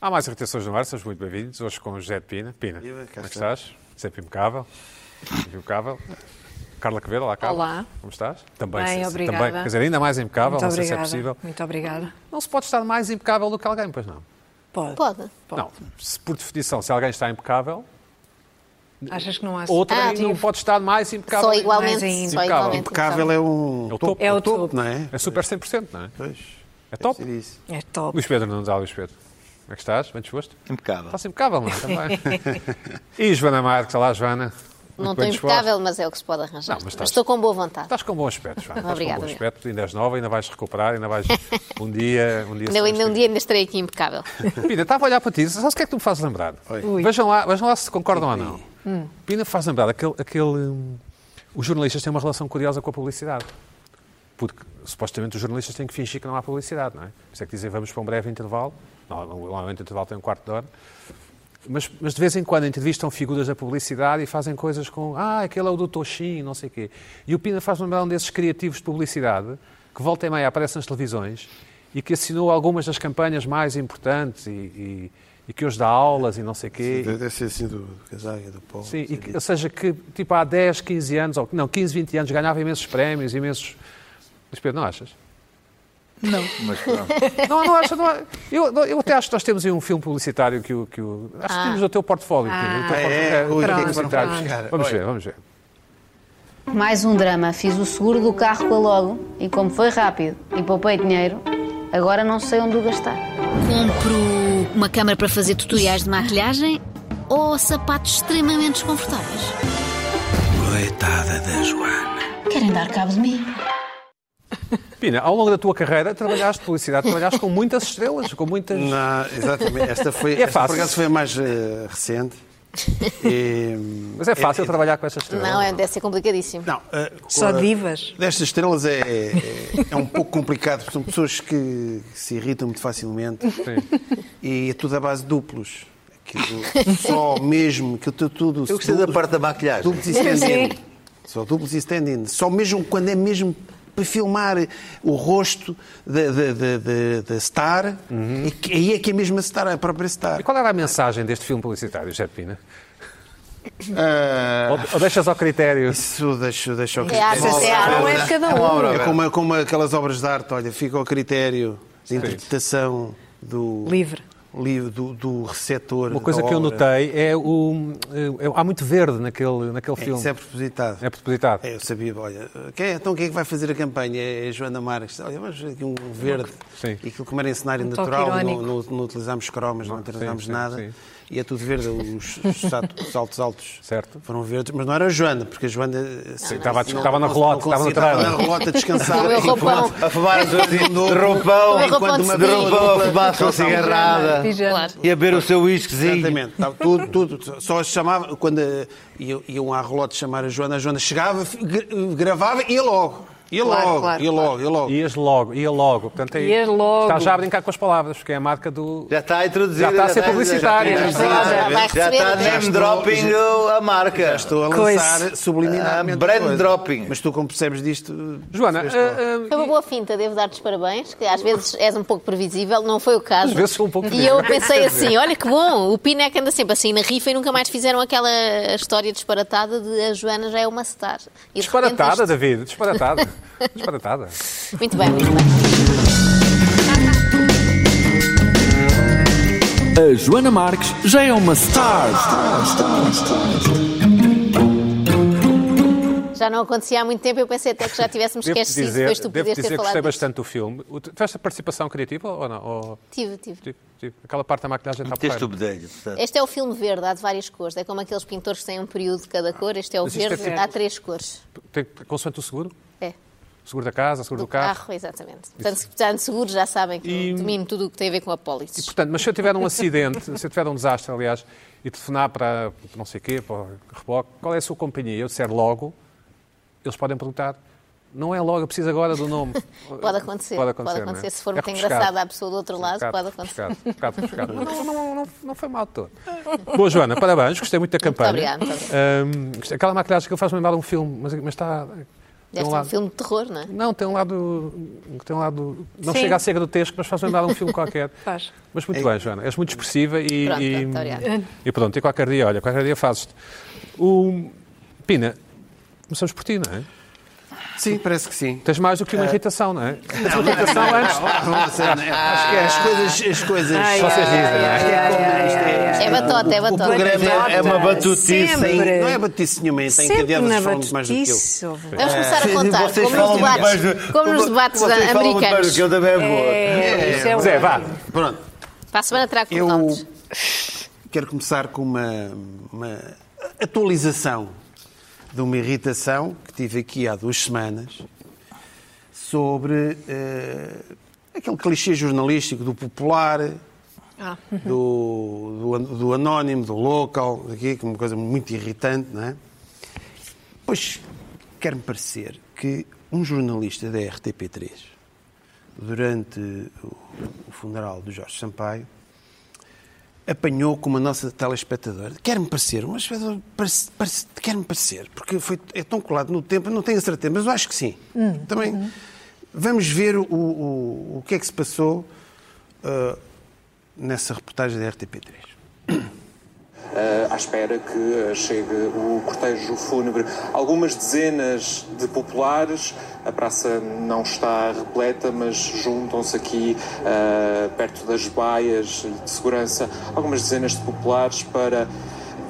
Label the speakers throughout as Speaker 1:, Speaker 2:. Speaker 1: Há mais irritações no ar, sejam muito bem-vindos. Hoje com o José de Pina. Pina,
Speaker 2: Viva, cá
Speaker 1: como é que
Speaker 2: está.
Speaker 1: estás? Sempre impecável. Impecável. Carla Quevedo, olá, Carla.
Speaker 3: Olá.
Speaker 1: Como estás? Também,
Speaker 3: Bem,
Speaker 1: se-
Speaker 3: obrigada.
Speaker 1: também. Quer dizer, ainda mais impecável,
Speaker 3: Muito
Speaker 1: não sei se
Speaker 3: obrigada.
Speaker 1: é possível.
Speaker 3: Muito obrigada.
Speaker 1: Não se pode estar mais impecável do que alguém, pois não?
Speaker 3: Pode.
Speaker 4: Pode.
Speaker 3: Pode.
Speaker 1: Não, se, por definição, se alguém está impecável,
Speaker 3: Achas que não há um
Speaker 1: outra
Speaker 4: Ah,
Speaker 1: não
Speaker 3: tive.
Speaker 1: pode estar mais impecável.
Speaker 4: Só igualmente.
Speaker 3: Mais ainda.
Speaker 4: Só igualmente.
Speaker 2: Impecável é um.
Speaker 1: É o topo.
Speaker 3: É o
Speaker 2: topo,
Speaker 3: topo.
Speaker 2: não é?
Speaker 1: É super 100%, não é?
Speaker 2: Pois.
Speaker 1: É top.
Speaker 2: Deve ser isso.
Speaker 3: É top.
Speaker 1: Luís Pedro não dá, Luís Pedro. Como é que estás? Bem disposto?
Speaker 2: Impecável.
Speaker 1: Está-se impecável, não é? Também. e Joana Marques, olá, Joana.
Speaker 4: Não
Speaker 1: Muito
Speaker 4: estou
Speaker 1: bem disposta.
Speaker 4: impecável, mas é o que se pode arranjar.
Speaker 1: Não, mas tá estás-
Speaker 4: estou com boa vontade.
Speaker 1: Estás com bom aspecto, Joana. Estás
Speaker 4: Obrigada,
Speaker 1: com bom
Speaker 4: obrigada.
Speaker 1: aspecto. Ainda és nova, ainda vais recuperar, ainda vais um dia... Um dia
Speaker 4: Ainda- ainda um
Speaker 1: serás
Speaker 4: dia ainda estarei aqui impecável.
Speaker 1: feliz. Pina, estava a olhar para ti. Sabes o que é que tu me fazes lembrar?
Speaker 3: Ui.
Speaker 1: Vejam lá, vejam lá se concordam ou não.
Speaker 4: Hum.
Speaker 1: Pina faz lembrar aquele... aquele hum, os jornalistas têm uma relação curiosa com a publicidade. Porque, supostamente, os jornalistas têm que fingir que não há publicidade, não é? Por isso é que dizem, vamos para um breve intervalo. Normalmente o intervalo tem um quarto de hora. Mas, mas de vez em quando entrevistam figuras da publicidade e fazem coisas com ah, aquele é o do Toshin, não sei o quê. E o Pina faz lembrar um desses criativos de publicidade que volta e meia aparece nas televisões e que assinou algumas das campanhas mais importantes e, e- e que hoje dá aulas e não sei o quê.
Speaker 2: Deve ser assim do, do casaco, do pó.
Speaker 1: Sim, e
Speaker 2: não
Speaker 1: que-
Speaker 2: sei
Speaker 1: ou seja, que tipo há 10, 15 anos, ou não, 15, 20 anos, ganhava imensos prémios, imensos... Mas Pedro, não achas?
Speaker 5: Não, mas pronto.
Speaker 1: Não, não acho. Não, acho. eu, não- eu até acho que nós temos aí um filme publicitário que o. Que o acho que temos o teu portfólio. Pedro, o teu
Speaker 2: Ah,
Speaker 1: portfólio-
Speaker 2: é?
Speaker 1: o teu
Speaker 2: Ui, o que é que
Speaker 3: foram
Speaker 1: publicitário.
Speaker 2: buscar?
Speaker 1: Vamos
Speaker 2: Olha.
Speaker 1: ver, vamos ver.
Speaker 6: Mais um drama. Fiz o seguro do carro com a Logo e como foi rápido e poupei dinheiro, agora não sei onde o gastar.
Speaker 7: Compro uma câmara para fazer tutoriais de maquilhagem ou sapatos extremamente desconfortáveis?
Speaker 8: Coitada da Joana.
Speaker 7: Querem dar cabo de mim?
Speaker 1: Pina, ao longo da tua carreira trabalhaste publicidade, trabalhaste com muitas estrelas, com muitas.
Speaker 2: dizer. Não, exatamente. Esta foi,
Speaker 1: É
Speaker 2: esta,
Speaker 1: fácil.
Speaker 2: por acaso, foi a mais eh, recente. E, hum,
Speaker 1: Mas é fácil
Speaker 2: é-
Speaker 1: trabalhar com essas estrelas.
Speaker 4: Não, é, deve ser complicadíssimo.
Speaker 2: Não, eh,
Speaker 3: Só
Speaker 2: com a-
Speaker 3: divas.
Speaker 2: Destas estrelas é, é, é um pouco complicado, porque são pessoas que se irritam muito facilmente e é tudo à base de duplos. Aquilo, só mesmo, que eu estou tudo.
Speaker 5: Eu gostei da
Speaker 2: duplos-
Speaker 5: parte da maquilhagem.
Speaker 2: Duplos e stand-in. Ah, Só duplos e stand-in. Só mesmo quando é mesmo para filmar o rosto da, da, da, da- da star,
Speaker 1: Uhum.
Speaker 2: é que- aí é que é mesmo a star, a própria star.
Speaker 1: E qual era a mensagem deste filme publicitário, José de Pina?
Speaker 2: Ah.
Speaker 1: Ou, ou deixas ao critério.
Speaker 2: Isso deixa, deixa ao
Speaker 4: É arte,
Speaker 2: critério.
Speaker 4: é arte.
Speaker 3: Não é de cada um.
Speaker 2: É uma obra. É como, como aquelas obras de arte, olha, fica ao critério de interpretação do
Speaker 3: Livre.
Speaker 2: livro do, do receptor.
Speaker 1: Uma coisa
Speaker 2: da
Speaker 1: que eu
Speaker 2: obra.
Speaker 1: notei é o. é- há muito verde naquele, naquele
Speaker 2: É,
Speaker 1: filme.
Speaker 2: isso é propositado.
Speaker 1: É propositado.
Speaker 2: É, eu sabia, olha, quem é- então quem é que vai fazer a campanha? É a Joana Marques. Olha, vamos ver aqui um verde.
Speaker 1: Sim.
Speaker 2: E aquilo como era em cenário
Speaker 3: Um toque
Speaker 2: natural, não,
Speaker 3: irónico.
Speaker 2: não- não utilizámos cromas, não,
Speaker 1: Não,
Speaker 2: utilizámos
Speaker 1: sim, sim,
Speaker 2: nada.
Speaker 1: sim.
Speaker 2: E é tudo verde, os, os salto- os saltos altos
Speaker 1: Certo.
Speaker 2: foram verdes. Mas não era a Joana, porque a Joana... eh, sempre-
Speaker 1: estava a-
Speaker 2: não-
Speaker 1: estava na
Speaker 2: não-
Speaker 1: relota, estava
Speaker 2: não
Speaker 1: no
Speaker 2: conseguia-
Speaker 1: trailer.
Speaker 2: na relota descansada.
Speaker 4: O meu
Speaker 2: e foi
Speaker 4: roupão.
Speaker 5: A fumar de, de, de
Speaker 4: O meu
Speaker 5: roupão,
Speaker 4: roupão
Speaker 2: Enquanto
Speaker 4: de
Speaker 2: uma
Speaker 5: de
Speaker 4: cetim.
Speaker 5: roupão a fumar sua cigarrada
Speaker 3: Pijama.
Speaker 4: Claro.
Speaker 5: e a beber o seu whiskyzinho.
Speaker 2: Exatamente, estava tudo, tudo. Só as chamava, quando eh, iam- iam à relote chamar a Joana, a Joana chegava, f- gra- gravava e ia logo. Ia
Speaker 3: Claro,
Speaker 2: logo,
Speaker 3: claro,
Speaker 2: ia
Speaker 3: claro.
Speaker 2: logo, ia logo.
Speaker 1: Ias logo, ia logo. Portanto, aí
Speaker 3: Ias logo.
Speaker 1: Está já a brincar com as palavras, porque é a marca do.
Speaker 5: Já está a introduzir.
Speaker 1: Já está a ser publicitário.
Speaker 5: Já,
Speaker 4: Já está,
Speaker 5: está-
Speaker 4: vai
Speaker 5: já
Speaker 4: receber.
Speaker 5: está a
Speaker 4: Já
Speaker 5: name
Speaker 4: estou-
Speaker 5: dropping a marca.
Speaker 2: Estou a
Speaker 3: Coisa.
Speaker 2: lançar subliminarmente.
Speaker 5: Ah, brand
Speaker 2: coisa.
Speaker 5: dropping.
Speaker 2: Mas tu, como percebes disto.
Speaker 1: Joana,
Speaker 2: percebeste logo.
Speaker 1: ah, ah,
Speaker 4: Foi É uma boa finta, devo dar-te os parabéns, que às vezes és um pouco previsível, não foi o caso.
Speaker 1: Às vezes sou um pouco
Speaker 4: E eu
Speaker 1: previsível.
Speaker 4: pensei assim, olha que bom, o Pina é que anda sempre assim na rifa e nunca mais fizeram aquela história disparatada de a Joana já é uma star. E de repente
Speaker 1: disparatada, David, disparatada. disparatada.
Speaker 4: isto- Muito bem, muito bem.
Speaker 8: A Joana Marques já é uma star.
Speaker 4: Já não acontecia há muito tempo, eu pensei até que já tivéssemos
Speaker 1: Devo
Speaker 4: esquecido, depois tu
Speaker 1: devo
Speaker 4: podias
Speaker 1: dizer
Speaker 4: ter
Speaker 1: que gostei
Speaker 4: falado. disso.
Speaker 1: bastante do filme. O- Tiveste a participação criativa ou não? Ou-
Speaker 4: Tive, tive.
Speaker 1: tipo, tipo, aquela parte da maquilhagem está
Speaker 5: Teste o
Speaker 1: porreira.
Speaker 5: bedelho. portanto.
Speaker 4: Este é o filme verde, há de várias cores. É como aqueles pintores que têm um período de cada cor. Este é o
Speaker 1: Mas isto é
Speaker 4: verde,
Speaker 1: tipo-
Speaker 4: há três cores.
Speaker 1: Tem consoante o seguro?
Speaker 4: É. Ah,
Speaker 1: O seguro da casa, o seguro do, carro.
Speaker 4: exatamente. Portanto, se portanto, seguros já sabem que
Speaker 1: E-
Speaker 4: eu domino tudo o que tem a ver com
Speaker 1: E,
Speaker 4: apólices.
Speaker 1: portanto, mas se eu tiver um acidente, se eu tiver um desastre, aliás, e telefonar para não sei quê, para o reboque, qual é a sua companhia? Eu disser logo, eles podem perguntar. Não é logo, eu preciso agora do nome.
Speaker 4: Pode acontecer.
Speaker 1: Pode acontecer, não é?
Speaker 4: se for
Speaker 1: É um
Speaker 4: muito
Speaker 1: rebuscado.
Speaker 4: engraçada a pessoa do outro lado,
Speaker 1: Pescado,
Speaker 4: pode acontecer.
Speaker 1: pescado, pescado, pescado. Mas Não, não, não, não foi mal de todo. Boa, Joana, parabéns, gostei muito da campanha.
Speaker 4: obrigada, muito
Speaker 1: Ahm, gostei- aquela maquilhagem que eu faço lembrar de um filme, mas, mas está. Tem um
Speaker 4: Deve ser um
Speaker 1: lado-
Speaker 4: filme de terror, não é?
Speaker 1: Não, tem um lado. Tem um lado não
Speaker 3: Sim.
Speaker 1: chega a ser grotesco, mas faz lembrar um filme qualquer.
Speaker 3: Faz.
Speaker 1: Mas
Speaker 2: É-
Speaker 1: muito bem, Joana. És muito expressiva e.
Speaker 4: Pronto,
Speaker 1: e,
Speaker 4: muito obrigada.
Speaker 1: e pronto, e qualquer dia, olha, qualquer dia fazes-te. O- Pina, começamos por ti, não é?
Speaker 2: Sim, parece que sim.
Speaker 1: Tens mais do que uma irritação, não é?
Speaker 2: Ah. Não, não, Ah, acho que é as coisas. As coisas
Speaker 1: Vocês dizem, não é?
Speaker 4: É batota, é
Speaker 2: O
Speaker 4: batota.
Speaker 2: programa
Speaker 5: É uma batutice.
Speaker 2: tem,
Speaker 3: Sempre.
Speaker 2: não é batutice nenhuma, tem
Speaker 3: Sempre
Speaker 2: cadeadas
Speaker 3: na
Speaker 2: de fome mais do que eu.
Speaker 3: batutice. houve.
Speaker 4: Vamos começar a
Speaker 5: Vocês-
Speaker 4: contar,
Speaker 5: vocês
Speaker 4: como nos
Speaker 5: falam muito
Speaker 4: debates,
Speaker 5: mais do-
Speaker 4: como nos debates
Speaker 5: vocês falam muito mais do
Speaker 4: americanos.
Speaker 5: que eu também é boa.
Speaker 3: É, isso é
Speaker 1: Zé, vá.
Speaker 2: Pronto,
Speaker 4: Para a semana trago
Speaker 2: eu
Speaker 4: contatos.
Speaker 2: quero começar com uma, uma atualização de uma irritação que tive aqui há duas semanas sobre eh, aquele clichê jornalístico do popular,
Speaker 3: Ah,
Speaker 2: do, do, do anónimo, do local, aqui, que é uma coisa muito irritante, não é? Pois quer-me parecer que um jornalista da RTP3, durante o, o funeral do Jorge Sampaio, apanhou com uma nossa telespectadora. Quer-me parecer, uma espectadora, parece- parece- quer-me parecer, porque foi, é tão colado no tempo, eu não tenho a certeza, mas eu acho que sim.
Speaker 3: Hum,
Speaker 2: Também
Speaker 3: uhum.
Speaker 2: vamos ver o, o, o que é que se passou ah, nessa reportagem da RTP3.
Speaker 9: eh, à espera que eh, chegue o cortejo fúnebre. Algumas dezenas de populares, a praça não está repleta, mas juntam-se aqui eh, perto das baias e de segurança algumas dezenas de populares para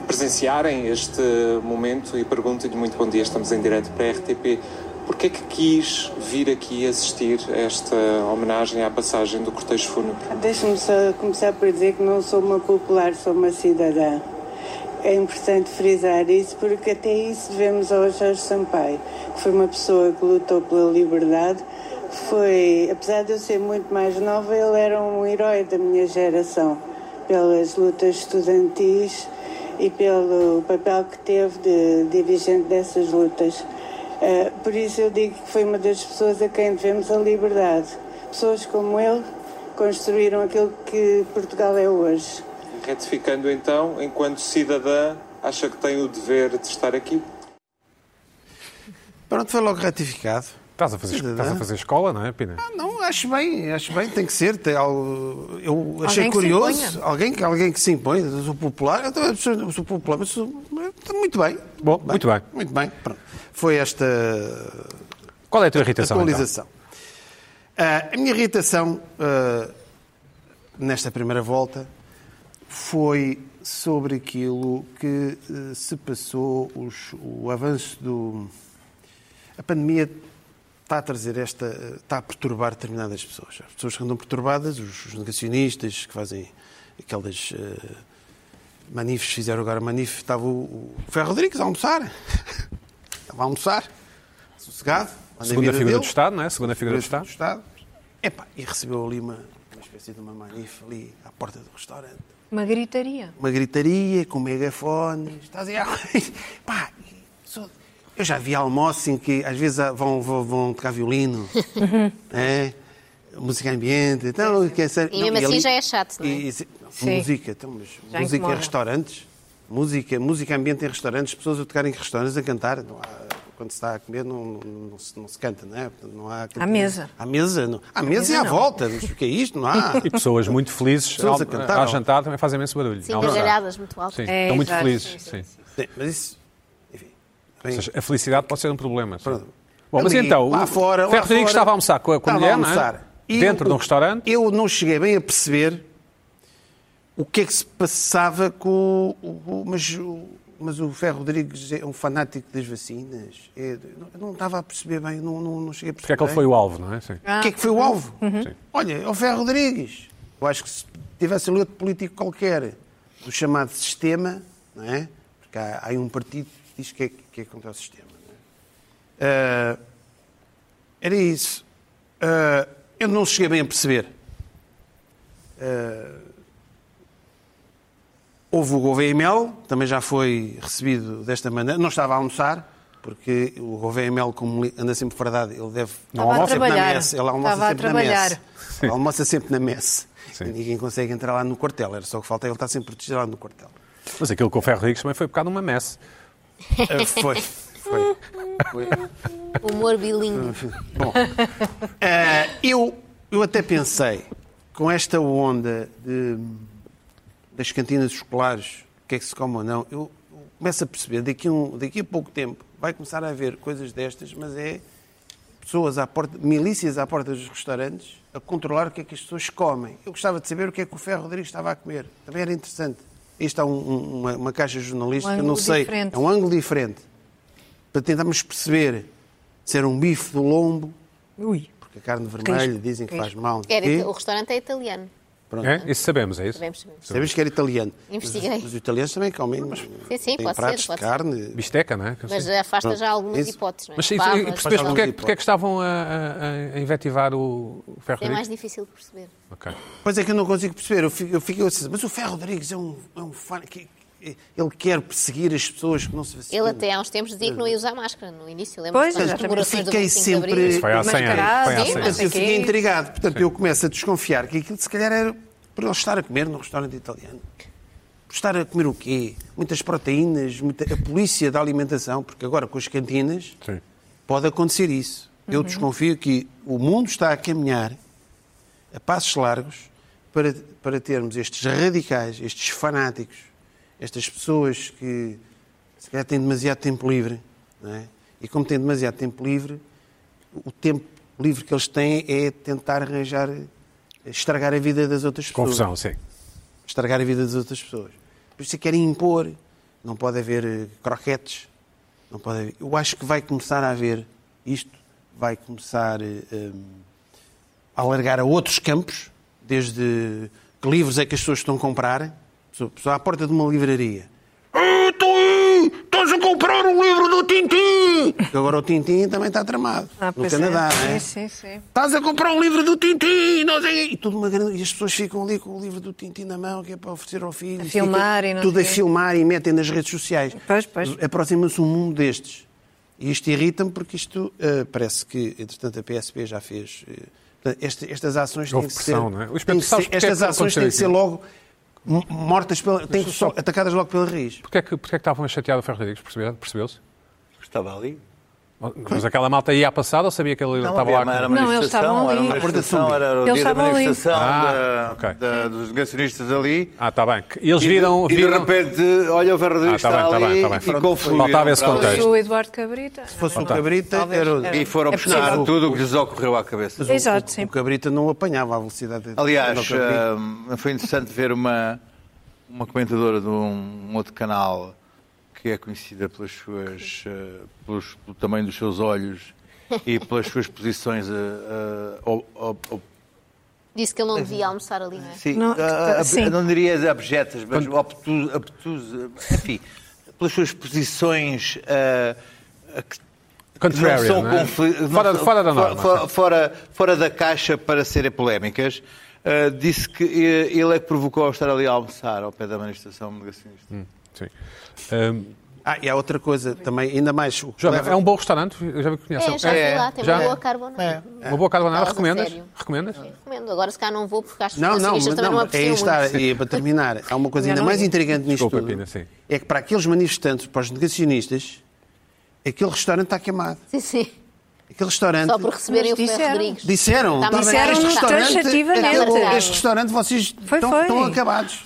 Speaker 9: presenciarem este momento e pergunto-lhe muito bom dia, estamos em direto para a RTP. Porquê é que quis vir aqui assistir a esta homenagem à passagem do cortejo fúnebre?
Speaker 10: Deixe-me só começar por dizer que não sou uma popular, sou uma cidadã. É importante frisar isso porque até isso devemos ao Jorge Sampaio, que foi uma pessoa que lutou pela liberdade, que foi, apesar de eu ser muito mais nova, ele era um herói da minha geração, pelas lutas estudantis e pelo papel que teve de dirigente dessas lutas. Eh, por isso eu digo que foi uma das pessoas a quem devemos a liberdade. Pessoas como ele construíram aquilo que Portugal é hoje.
Speaker 9: Retificando então, enquanto cidadã, acha que tem o dever de estar aqui?
Speaker 2: Pronto, foi logo ratificado. Ah,
Speaker 1: Estás a, fazer, estás a fazer escola, não é, Pina?
Speaker 2: Não, acho bem, acho bem, tem que ser. Tem algo, eu achei
Speaker 3: Alguém que se
Speaker 2: curioso.
Speaker 3: imponha.
Speaker 2: Alguém, que- alguém que se impõe, eu sou popular, eu também sou, sou popular, mas sou, muito bem.
Speaker 1: Bom, muito bem.
Speaker 2: Muito bem, pronto. Foi esta
Speaker 1: Qual é a tua irritação? então?
Speaker 2: atualização. Ah, a minha irritação ah, nesta primeira volta foi sobre aquilo que eh, se passou, os- o avanço do. A pandemia está a trazer esta. eh, está a perturbar determinadas pessoas. As pessoas que andam perturbadas, os os negacionistas que fazem aquelas. eh, manifes, fizeram agora manif, estava o, o Ferro Rodrigues a almoçar. estava a almoçar, sossegado. lá na
Speaker 1: Segunda
Speaker 2: vida
Speaker 1: figura
Speaker 2: dele.
Speaker 1: do Estado, não é? Segunda figura do Estado.
Speaker 2: Epá, e recebeu ali uma, uma espécie de uma manifa ali à porta do restaurante.
Speaker 3: uma gritaria.
Speaker 2: Uma gritaria com megafones. Estás aí. Pá, sou- eu já vi almoço em que às vezes há- vão, vão, vão tocar violino. é? Música ambiente. Então, que é sério.
Speaker 4: E mesmo assim já é chato, não é?
Speaker 2: E- e se-
Speaker 3: Sim.
Speaker 2: música, então, mas
Speaker 3: Já
Speaker 2: música
Speaker 3: incomoda.
Speaker 2: em restaurantes. Música, música ambiente em restaurantes, pessoas a tocarem em restaurantes, a cantar. Não há- quando se está a comer, não, não, não se, não se canta, não é? Portanto, Não há
Speaker 3: À mesa.
Speaker 2: À mesa, não. À mesa e
Speaker 3: mesa
Speaker 2: à
Speaker 3: não.
Speaker 2: volta. Mas o que é isto? Não há.
Speaker 1: E pessoas muito felizes
Speaker 2: Pessoas
Speaker 1: ao,
Speaker 2: a cantar,
Speaker 1: ao
Speaker 2: não.
Speaker 1: jantar também fazem imenso barulho.
Speaker 4: Sim,
Speaker 1: Ao jantar.
Speaker 4: gargalhadas muito altas.
Speaker 1: Sim,
Speaker 3: É,
Speaker 1: estão muito
Speaker 3: exato,
Speaker 1: felizes. Sim,
Speaker 2: Sim, mas isso. Enfim.
Speaker 1: Ou
Speaker 2: Bem,
Speaker 1: seja, a felicidade pode ser um problema. sim. Bom, mas
Speaker 2: Ali,
Speaker 1: então,
Speaker 2: lá
Speaker 1: o
Speaker 2: fora, lá
Speaker 1: Ferro Rodrigues
Speaker 2: fora,
Speaker 1: estava a almoçar com a, com a
Speaker 2: estava
Speaker 1: mulher,
Speaker 2: a
Speaker 1: não é?
Speaker 2: almoçar. E
Speaker 1: Dentro
Speaker 2: eu-
Speaker 1: de um restaurante.
Speaker 2: Eu não cheguei bem a perceber o que é que se passava com o. o- mas, o mas o Ferro Rodrigues é um fanático das vacinas. É- eu não estava a perceber bem, não, não, não cheguei a
Speaker 1: Porque
Speaker 2: perceber.
Speaker 1: é que ele foi o alvo, não é? Sim.
Speaker 2: bem. O que é que foi o alvo?
Speaker 1: Sim.
Speaker 2: Olha, é o Ferro Rodrigues. Eu acho que se tivesse ali outro político qualquer do chamado sistema, não é? Porque há, há aí um partido que diz que é, que é contra o sistema. não é? Ah, era isso. Ah, eu não cheguei bem a perceber. Ah, houve o Gouveia e Mel, também já foi recebido desta maneira. Não estava a almoçar, porque o Gouveia e Mel, como li- anda sempre fardado, ele deve...
Speaker 1: Não almoça.
Speaker 2: sempre na
Speaker 3: trabalhar.
Speaker 2: messe. Ele almoça
Speaker 3: Estava a
Speaker 2: sempre na
Speaker 3: trabalhar.
Speaker 2: messe. Ele almoça sempre na messe.
Speaker 1: Sim.
Speaker 2: E ninguém consegue entrar lá no quartel. Era só o que falta. Ele está sempre protegido lá no quartel.
Speaker 1: Mas aquilo com o Ferro Rodrigues também foi um bocado uma messe.
Speaker 2: Ah, Foi. Foi.
Speaker 4: Humor bilíngue.
Speaker 2: Bom, eh, eu, eu até pensei, com esta onda de- das cantinas escolares, o que é que se come ou não, eu eu começo a perceber, daqui a, um- daqui a pouco tempo, vai começar a haver coisas destas, mas é pessoas à porta, milícias à porta dos restaurantes, a controlar o que é que as pessoas comem. Eu gostava de saber o que é que o Ferro Rodrigues estava a comer. Também era interessante. Isto é um- um- uma, uma caixa jornalística,
Speaker 3: Um
Speaker 2: não
Speaker 3: ângulo
Speaker 2: sei.
Speaker 3: diferente.
Speaker 2: É um ângulo diferente. Para tentarmos perceber se era um bife do lombo,
Speaker 3: Ui.
Speaker 2: porque a carne vermelha
Speaker 3: Risco,
Speaker 2: dizem que
Speaker 3: risco.
Speaker 2: faz mal.
Speaker 4: Era,
Speaker 2: E-
Speaker 4: ita- o restaurante é italiano.
Speaker 2: pronto.
Speaker 1: É? Isso sabemos, é isso?
Speaker 4: Sabemos, sabemos.
Speaker 2: Sabemos que era italiano.
Speaker 4: Investiguei.
Speaker 2: Mas, os- mas os italianos também comem. Mas sim,
Speaker 4: sim, pode ser,
Speaker 2: pratos
Speaker 4: pode
Speaker 2: de
Speaker 4: ser.
Speaker 2: carne.
Speaker 1: Bisteca, não é? Que eu
Speaker 4: Mas
Speaker 1: sei.
Speaker 4: afasta já algumas
Speaker 2: Isso.
Speaker 4: hipóteses, não é?
Speaker 1: Mas e, e
Speaker 4: Favas,
Speaker 1: percebes
Speaker 2: Faz
Speaker 1: porque, é-
Speaker 2: algum
Speaker 1: porque é que estavam a, a, a invetivar o o Ferro
Speaker 4: É mais
Speaker 1: Rodrigues?
Speaker 4: difícil de perceber.
Speaker 1: Ok.
Speaker 2: Pois é que eu não consigo perceber. Eu fico, eu fico assim, mas o Ferro Rodrigues é um, é um fan. Que, que- ele quer perseguir as pessoas que não se vacinam.
Speaker 4: Ele até há uns tempos dizia que não ia usar máscara no início, lembra?
Speaker 3: Pois,
Speaker 4: Quando as
Speaker 3: exatamente.
Speaker 4: comemorações do
Speaker 2: Fiquei
Speaker 4: 25 de Abril.
Speaker 2: sempre- Isso
Speaker 1: Foi há 100 anos. Foi há
Speaker 3: Mascarado,
Speaker 1: 100
Speaker 3: sim,
Speaker 1: anos.
Speaker 2: Mas eu
Speaker 3: sei
Speaker 2: fiquei
Speaker 3: quê.
Speaker 2: intrigado. Portanto, eu começo a desconfiar que aquilo se calhar era por ele estar a comer num restaurante italiano. Por estar a comer o quê? Muitas proteínas, muita... a polícia da alimentação, porque agora com as cantinas
Speaker 1: Sim.
Speaker 2: pode acontecer isso. Eu desconfio que o mundo está a caminhar a passos largos para, para termos estes radicais, estes fanáticos, estas pessoas que se calhar têm demasiado tempo livre. não é? E como têm demasiado tempo livre, o tempo livre que eles têm é tentar arranjar, estragar a vida das outras pessoas
Speaker 1: Confusão, sim.
Speaker 2: estragar a vida das outras pessoas. Por isso é que querem impor. Não pode haver eh, croquetes. Não pode haver- Eu acho que vai começar a haver isto, vai começar eh, hum, a alargar a outros campos, desde que livros é que as pessoas estão a comprar. Pessoa, pessoa à porta de uma livraria. "Ah, Estou aí! Estás a comprar o livro do Tintim! Porque agora o Tintim também está tramado.
Speaker 3: Ah,
Speaker 2: no
Speaker 3: pois é.
Speaker 2: Canadá, não é?
Speaker 3: Sim, sim, sim.
Speaker 2: Estás a comprar um livro do Tintim, não sei. E, tudo uma grande... e as pessoas ficam ali com o livro do Tintim na mão, que é para oferecer ao filho.
Speaker 3: A
Speaker 2: e
Speaker 3: filmar
Speaker 2: fica
Speaker 3: e não
Speaker 2: Tudo a
Speaker 3: sei quê.
Speaker 2: filmar e metem nas redes sociais.
Speaker 3: Pois, pois.
Speaker 2: Aproxima-se um mundo destes. E isto irrita-me porque isto eh, parece que, entretanto, a PSP já fez. eh, portanto, este- estas ações têm
Speaker 1: Houve
Speaker 2: que
Speaker 1: pressão,
Speaker 2: ser.
Speaker 1: não é? Os
Speaker 2: têm que
Speaker 1: pensos- sabes
Speaker 2: ser-
Speaker 1: porque é
Speaker 2: estas
Speaker 1: que
Speaker 2: ações têm que ser
Speaker 1: aconteceu
Speaker 2: logo m- mortas pela. têm que ser atacadas logo pela raiz.
Speaker 1: Porquê é que, porquê é que estavam a chatear o Ferro Rodrigues? Percebeu- Percebeu-se?
Speaker 5: Estava ali.
Speaker 1: Mas aquela malta ia a passar ou sabia que ele estava
Speaker 5: havia-
Speaker 1: lá?
Speaker 5: Era
Speaker 1: com-
Speaker 3: Não, eles
Speaker 5: manifestação,
Speaker 3: estavam
Speaker 5: era
Speaker 3: ali.
Speaker 5: uma manifestação, era o
Speaker 3: Eles
Speaker 5: dia da
Speaker 3: estavam ali.
Speaker 5: manifestação
Speaker 1: Ah,
Speaker 5: da-
Speaker 1: ok.
Speaker 5: da- dos negacionistas ali.
Speaker 1: Ah, está bem. Que- Eles
Speaker 5: E de-
Speaker 1: viram.
Speaker 5: E de
Speaker 1: viram...
Speaker 5: repente, olha o Ferro
Speaker 1: Ah,
Speaker 5: Rodrigues
Speaker 1: está bem,
Speaker 5: está
Speaker 1: está bem, está bem.
Speaker 5: ali e
Speaker 1: Pronto.
Speaker 5: confluíram.
Speaker 1: Faltava esse
Speaker 5: para ali.
Speaker 1: contexto.
Speaker 3: Fosse o Eduardo Cabrita.
Speaker 2: Se fosse um cabrita, era outro.
Speaker 5: E foram
Speaker 3: É
Speaker 5: buscar
Speaker 3: possível.
Speaker 5: tudo o que lhes ocorreu à cabeça.
Speaker 3: Exato, sim.
Speaker 2: O cabrita não apanhava a velocidade.
Speaker 5: Aliás,
Speaker 2: do cabrita.
Speaker 5: hum, foi interessante ver uma, uma comentadora de um, um outro canal que é conhecida pelas suas, eh, pelos, pelo tamanho dos seus olhos e pelas suas posições eh, eh, ob- ob- ob-
Speaker 4: Disse que ele não
Speaker 2: Uhum.
Speaker 4: devia almoçar ali, não é?
Speaker 5: Sim,
Speaker 3: Não, eh,
Speaker 5: ah, ah, ab-
Speaker 3: sim.
Speaker 5: não diria abjetas, mas obtuso, obtuso, enfim, pelas suas posições ah, ah, que que não
Speaker 1: Contrarian,
Speaker 5: são
Speaker 1: não é?
Speaker 5: confli- não
Speaker 1: Fora-
Speaker 5: são-
Speaker 1: fora da norma.
Speaker 5: Fora, fora- fora da caixa para serem polémicas. ah, disse que eh, ele é que provocou ao estar ali a almoçar ao pé da manifestação negacionista.
Speaker 1: Sim. Ahm,
Speaker 2: Ah, e há outra coisa também, ainda mais. O que
Speaker 1: Joana,
Speaker 2: leva-
Speaker 1: é um bom restaurante, eu já vi que conhece.
Speaker 4: É, já
Speaker 5: É,
Speaker 4: fui lá, tem
Speaker 1: já?
Speaker 4: uma boa carbonara.
Speaker 3: É.
Speaker 1: Uma boa carbonara,
Speaker 4: Falas a
Speaker 1: recomendas?
Speaker 4: sério. É.
Speaker 1: Recomendas?
Speaker 4: Recomendo. Agora se cá não vou porque acho que
Speaker 2: Não,
Speaker 4: os
Speaker 2: não, mas
Speaker 4: também
Speaker 2: não,
Speaker 4: não,
Speaker 2: é
Speaker 4: apreciam
Speaker 2: aí está,
Speaker 4: muito. é.
Speaker 2: e é para terminar, há uma coisa
Speaker 3: Eu
Speaker 2: ainda
Speaker 3: não-
Speaker 2: mais intrigante nisto
Speaker 1: Desculpa,
Speaker 2: tudo,
Speaker 1: Pina, sim.
Speaker 2: é que para aqueles manifestantes, para os negacionistas, aquele restaurante está queimado.
Speaker 4: Sim, sim.
Speaker 2: Aquele restaurante...
Speaker 4: Só por receberem o
Speaker 3: Mas
Speaker 4: Ferro
Speaker 3: disseram.
Speaker 4: Rodrigues.
Speaker 2: Disseram,
Speaker 4: Está
Speaker 2: estavam-
Speaker 3: Disseram
Speaker 2: este
Speaker 4: marcado.
Speaker 2: restaurante,
Speaker 3: taxativamente.
Speaker 2: aquele-
Speaker 4: Marcado.
Speaker 2: este restaurante vocês
Speaker 3: né? Foi,
Speaker 2: estão,
Speaker 3: foi.
Speaker 2: estão acabados.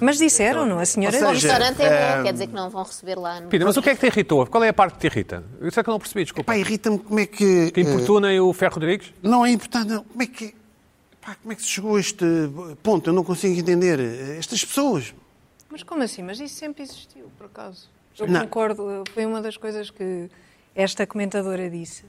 Speaker 3: Mas disseram, não? A senhora
Speaker 2: Ou
Speaker 4: O
Speaker 2: seja,
Speaker 3: disse.
Speaker 4: restaurante é
Speaker 2: eh,
Speaker 4: bom, quer dizer que não vão receber lá. no-
Speaker 1: Pina, mas o que é que te irritou? Qual é a parte que te irrita? Isso é que eu não percebi, desculpa.
Speaker 2: Pá, irrita-me como é que...
Speaker 1: Que importunem o Ferro Rodrigues?
Speaker 2: Não é importante, não. Como é que... Pá, como é que se chegou a este ponto? Eu não consigo entender. eh, Estas pessoas...
Speaker 3: Mas como assim? Mas isso sempre existiu, por acaso. Eu
Speaker 2: Não.
Speaker 3: concordo, foi uma das coisas que esta comentadora disse.